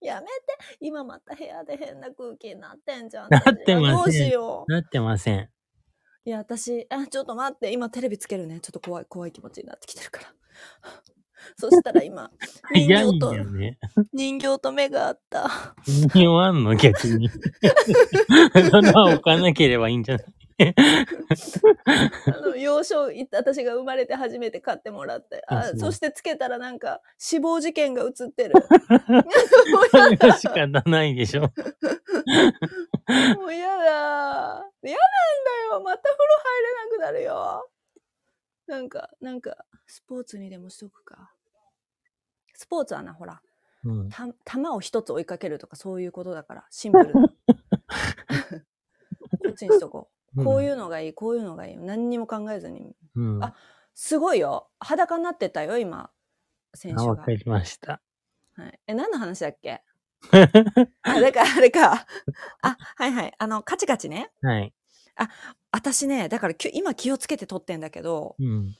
Speaker 2: やめて今また部屋で変な空気になってんじゃん
Speaker 1: なってません
Speaker 2: どうしよう
Speaker 1: なってません。
Speaker 2: いや、私、あ、ちょっと待って、今テレビつけるね。ちょっと怖い、怖い気持ちになってきてるから。 そしたら今、人
Speaker 1: 早い
Speaker 2: 形
Speaker 1: ん
Speaker 2: と
Speaker 1: だ、よね。
Speaker 2: 人形と目があった。
Speaker 1: 人形あんの逆に。 それは置かなければいいんじゃない
Speaker 2: あの幼少い私が生まれて初めて買ってもらって
Speaker 1: あ
Speaker 2: あ
Speaker 1: そう
Speaker 2: そしてつけたらなんか死亡事件が映って る
Speaker 1: それ は仕方ないでしょ。
Speaker 2: もうやだやなんだよまた風呂入れなくなるよなんかなんかスポーツにでもしとくかスポーツはなほら
Speaker 1: うん、
Speaker 2: た球を一つ追いかけるとかそういうことだからシンプルなこっちにしとこうこういうのがいいこういうのがいい何にも考えずに
Speaker 1: うん、うん、
Speaker 2: あすごいよ。裸になってたよ、今。選手
Speaker 1: あわ
Speaker 2: が
Speaker 1: か。りました。
Speaker 2: はい、え、何の話だっけあ、だから、あれか。あ、はいはい。あの、カチカチね。
Speaker 1: はい。
Speaker 2: 私ね、だからきゅ今気をつけて撮ってんだけど、
Speaker 1: うん。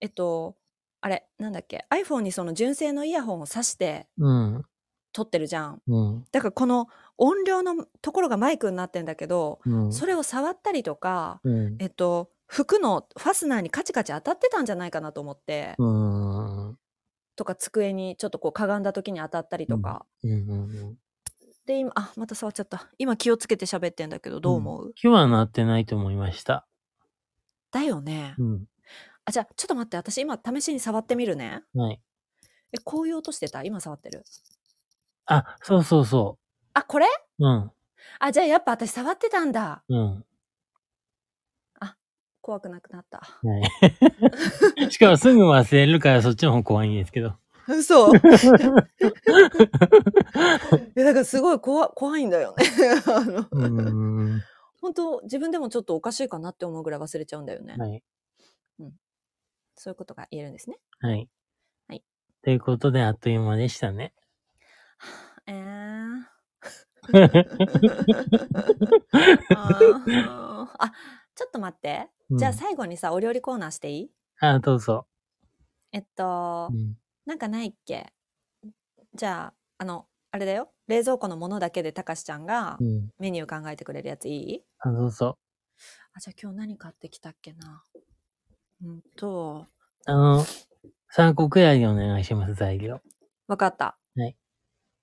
Speaker 2: えっと、あれ、なんだっけ。iPhone にその純正のイヤホンを挿して
Speaker 1: うん。
Speaker 2: 撮ってるじゃん。
Speaker 1: うん。
Speaker 2: だからこの音量のところがマイクになってんだけど、
Speaker 1: うん。
Speaker 2: それを触ったりとか、
Speaker 1: うん。
Speaker 2: えっと、服のファスナーにカチカチ当たってたんじゃないかなと思って、
Speaker 1: うん。
Speaker 2: とか机にちょっとこうかがんだ時に当たったりとか、
Speaker 1: うんうんうん
Speaker 2: で今あまた触っちゃった今気をつけて喋ってんだけどどう思う、
Speaker 1: 今日はなってないと思いました。
Speaker 2: だよね、
Speaker 1: うん。
Speaker 2: あじゃあちょっと待って私今試しに触ってみるね
Speaker 1: はい。
Speaker 2: えこういう音してた今触ってる
Speaker 1: あ、そうそうそ
Speaker 2: あこれ
Speaker 1: う。うん。
Speaker 2: あじゃあやっぱ私触ってたんだ
Speaker 1: うん。
Speaker 2: 怖くなくなった
Speaker 1: はい。しかもすぐ忘れるからそっちの方怖いんですけど。
Speaker 2: 嘘 いやだからすごい怖怖いんだよね あの
Speaker 1: うーん。
Speaker 2: 本当自分でもちょっとおかしいかなって思うぐらい忘れちゃうんだよね、
Speaker 1: はい。
Speaker 2: そういうことが言えるん ですね
Speaker 1: はい。
Speaker 2: はい。
Speaker 1: ということで、あっという間でしたね。
Speaker 2: えー、 あー あちょっと待って
Speaker 1: うん
Speaker 2: じゃあ最後にさ、お料理コーナーしていい
Speaker 1: あ、どうぞ。
Speaker 2: えっと、
Speaker 1: うん。
Speaker 2: なんかないっけじゃあ、あの、あれだよ。冷蔵庫のものだけでたかしちゃんが
Speaker 1: うん。
Speaker 2: メニュー考えてくれるやついい
Speaker 1: あ、どうぞ。
Speaker 2: あ、じゃあ今日何買ってきたっけな。うんと、
Speaker 1: あの、3個くらいでお願いします、材 料。
Speaker 2: わかった。
Speaker 1: はい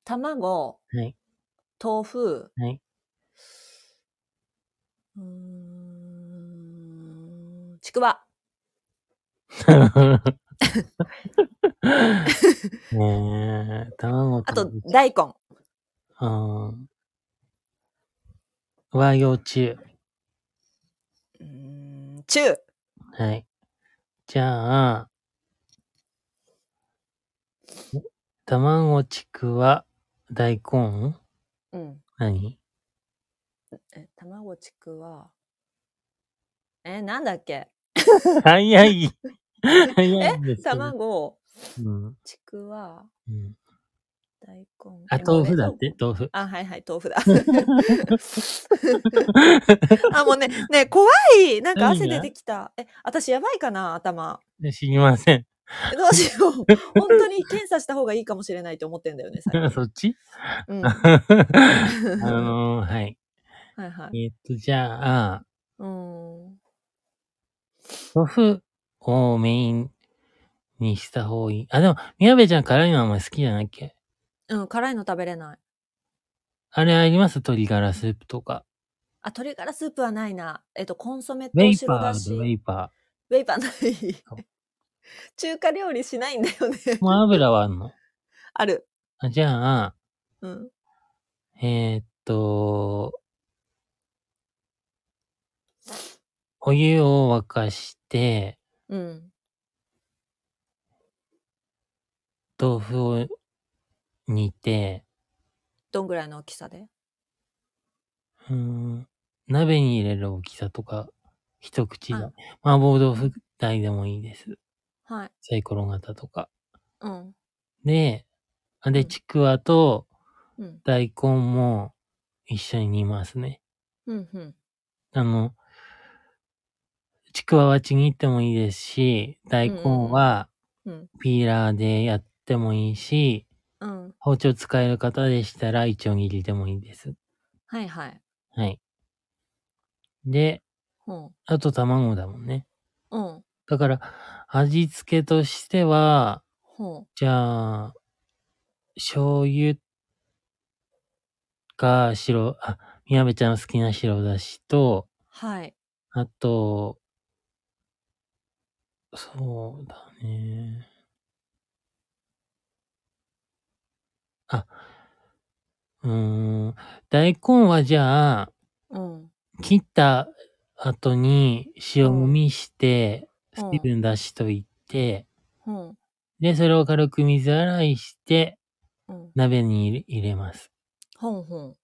Speaker 2: 卵、
Speaker 1: はい。
Speaker 2: 豆腐、
Speaker 1: はい。
Speaker 2: うーん、ちくわ。
Speaker 1: ねえ、卵
Speaker 2: あと
Speaker 1: う、
Speaker 2: 大根。
Speaker 1: ん。和洋中。
Speaker 2: うーん、中。
Speaker 1: はい。じゃあ、卵、ちくわ、大根
Speaker 2: うん。
Speaker 1: 何
Speaker 2: え、卵ちくわ。え、なんだっけ
Speaker 1: 早 い。早いんですけど。
Speaker 2: 卵、
Speaker 1: うん
Speaker 2: ちくわ、
Speaker 1: うん、
Speaker 2: 大根。
Speaker 1: あ、
Speaker 2: え
Speaker 1: 豆腐だっ。
Speaker 2: もう冷
Speaker 1: て、豆腐。
Speaker 2: 蔵庫あ、はいはい、豆腐だ。 あ、もうね、ね、怖い。なんか汗
Speaker 1: 何が
Speaker 2: 出てきた。え、私やばいかな、頭。
Speaker 1: 知りません。
Speaker 2: えどうし よう。本当に検査した方がいいかもしれないと思ってんだよね、最 近。
Speaker 1: そっち
Speaker 2: うん。は
Speaker 1: あのー、はい。
Speaker 2: いはい。
Speaker 1: えっと、じゃあ、
Speaker 2: うーん。
Speaker 1: 豆腐をメインにした方がいい。あ、でも、宮部ちゃん辛いのあんまり好きじゃないっけ
Speaker 2: うん、辛いの食べれない。
Speaker 1: あれあります鶏ガラスープとか。
Speaker 2: あ、鶏ガラスープはないな。えっと、コンソメと
Speaker 1: ウェイ
Speaker 2: 白
Speaker 1: パ
Speaker 2: だ
Speaker 1: ー
Speaker 2: し。
Speaker 1: だ、ウェイパ
Speaker 2: ウェイパーない。中華料理しないんだよね。
Speaker 1: ー。もう油はあんの
Speaker 2: ある。
Speaker 1: あじゃあ、
Speaker 2: うん。
Speaker 1: えーっと、お湯を沸かして、
Speaker 2: うん。
Speaker 1: 豆腐を煮て、
Speaker 2: どんぐらいの大きさで
Speaker 1: うーん、鍋に入れる大きさとか、一口が、麻婆豆腐大でもいいです。
Speaker 2: はい。
Speaker 1: サイコロ型とか。
Speaker 2: うん。
Speaker 1: で、あ
Speaker 2: う
Speaker 1: で、
Speaker 2: ん
Speaker 1: ちくわと
Speaker 2: うん。
Speaker 1: 大根も一緒に煮ますね。
Speaker 2: うん。うん。
Speaker 1: あの、ちくわはちぎってもいいですし、大根は
Speaker 2: うん。
Speaker 1: ピーラーでやってもいいし、
Speaker 2: うん。
Speaker 1: 包丁使える方でしたら一丁切りでもいいです。
Speaker 2: はいはい。
Speaker 1: はい。で、
Speaker 3: うん。
Speaker 1: あと卵だもんね。
Speaker 3: うん。
Speaker 1: だから、味付けとしては、
Speaker 3: ほ
Speaker 1: じゃあ、醤油か白、あ、みやべちゃんの好きな白だしと、
Speaker 3: う。はい。
Speaker 1: あと、そうだね。あ、うーん。大根はじゃあ、
Speaker 3: うん。
Speaker 1: 切った後に塩揉みして、
Speaker 3: うん
Speaker 1: 水分出しといて、
Speaker 3: うん。
Speaker 1: で、それを軽く水洗いして、
Speaker 3: うん。
Speaker 1: 鍋に入れ入れます。
Speaker 3: ほんほん。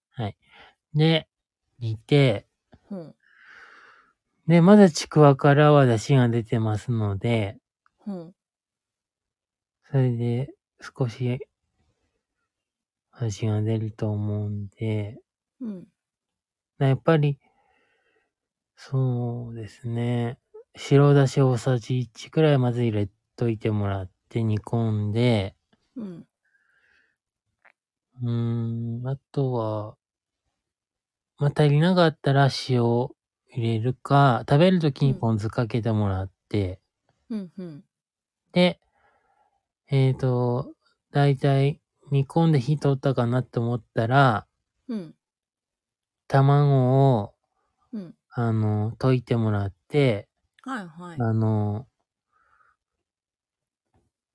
Speaker 1: で、煮て、
Speaker 3: ほん。
Speaker 1: で、まだちくわからは出汁が出てますので、
Speaker 3: ほん。
Speaker 1: それで少し味が出ると思うんで、
Speaker 3: うん。
Speaker 1: やっぱり、そうですね。白だし大さじ1くらいまず入れといてもらって煮込んで、
Speaker 3: うん。
Speaker 1: うーん、あとは、まあ、足りなかったら塩入れるか、食べるときにポン酢かけてもらって、
Speaker 3: うん。うん。
Speaker 1: で、えっ、ー、と、だいたい煮込んで火通ったかなって思ったら、
Speaker 3: うん。
Speaker 1: 卵を、
Speaker 3: うん。
Speaker 1: あの、溶いてもらって、
Speaker 3: はいはい。
Speaker 1: あの、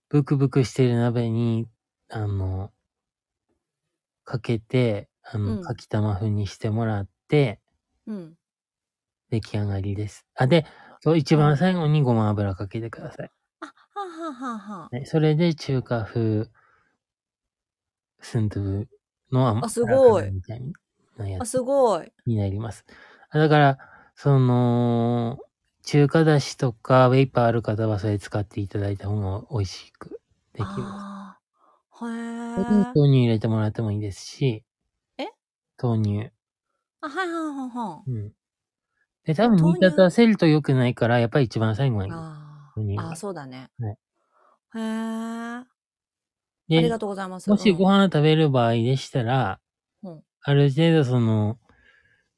Speaker 1: ブクブクしてる鍋に、あの、かけて、あの、
Speaker 3: うん
Speaker 1: かき玉風にしてもらって、
Speaker 3: うん。
Speaker 1: 出来上がりです。あ、で、そう、一番最後にごま油かけてください。
Speaker 3: あ、はあはあはあはあ。
Speaker 1: ねそれで中華風、スンドゥブの甘
Speaker 2: あすごい
Speaker 1: 辛みたいなや
Speaker 2: あ、
Speaker 1: つ
Speaker 2: すごい。
Speaker 1: になります。あだから、その、中華だしとかウェイパーある方はそれ使っていただいた方が美味しくでき
Speaker 3: あ
Speaker 1: ま
Speaker 3: あ。へ
Speaker 1: す。
Speaker 3: え
Speaker 1: それ。で豆乳入れてもらってもいいですし、
Speaker 3: え
Speaker 1: 豆乳。
Speaker 3: あ、はいはいはいは
Speaker 1: うん。で、多分煮
Speaker 3: 豆乳
Speaker 1: 立たせると良くないから、やっぱり一番最後に
Speaker 3: い。。あ
Speaker 1: 豆乳
Speaker 3: あ。あ、そうだね。
Speaker 1: は
Speaker 3: へえ。あ
Speaker 1: で
Speaker 3: りがとうございます。
Speaker 1: もし
Speaker 3: うん
Speaker 1: ご飯を食べる場合でしたら、
Speaker 3: うん
Speaker 1: ある程度その、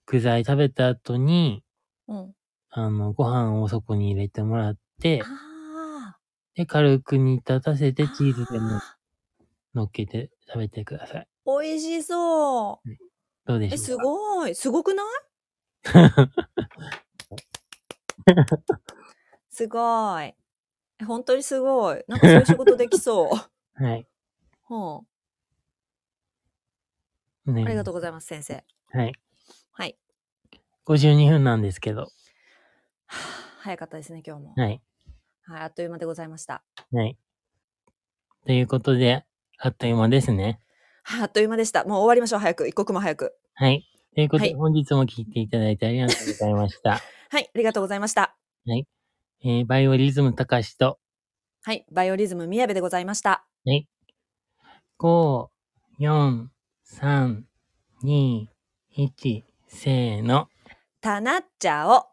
Speaker 1: 具材食べた後に、
Speaker 3: うん。
Speaker 1: あの、ご飯をそこに入れてもらって、
Speaker 3: ああ。
Speaker 1: で、軽く煮立たせてチーズでも
Speaker 3: あ
Speaker 1: 乗っけて食べてください。
Speaker 3: ー。美味しそう。
Speaker 1: どうで
Speaker 3: え、
Speaker 1: しょ
Speaker 3: す
Speaker 1: うか
Speaker 3: ごい。すご くないすごい。え本当にすごい。なんかそういう仕事でき そう。
Speaker 1: はい。
Speaker 3: ほう
Speaker 1: ね
Speaker 3: ありがとうございます、先生。
Speaker 1: はい。
Speaker 3: はい。
Speaker 1: 52分なんですけど。
Speaker 3: はあ早かったですね、今日も。
Speaker 1: はい。
Speaker 3: はい、あっという間でございました。
Speaker 1: はい。ということで、あっという間ですね。
Speaker 2: はいあっという間でした。もう終わりましょう。早く。一刻も早く。
Speaker 1: はい。ということで、
Speaker 2: はい
Speaker 1: 本日も聞いていただいてありがとうございま した。
Speaker 2: はい、ありがとうございました。
Speaker 1: えーバイオリズムたかしと、
Speaker 2: はい、バイオリズム宮部でございました。
Speaker 1: 5、4、3、2、1、せーの。
Speaker 2: たなっちゃお。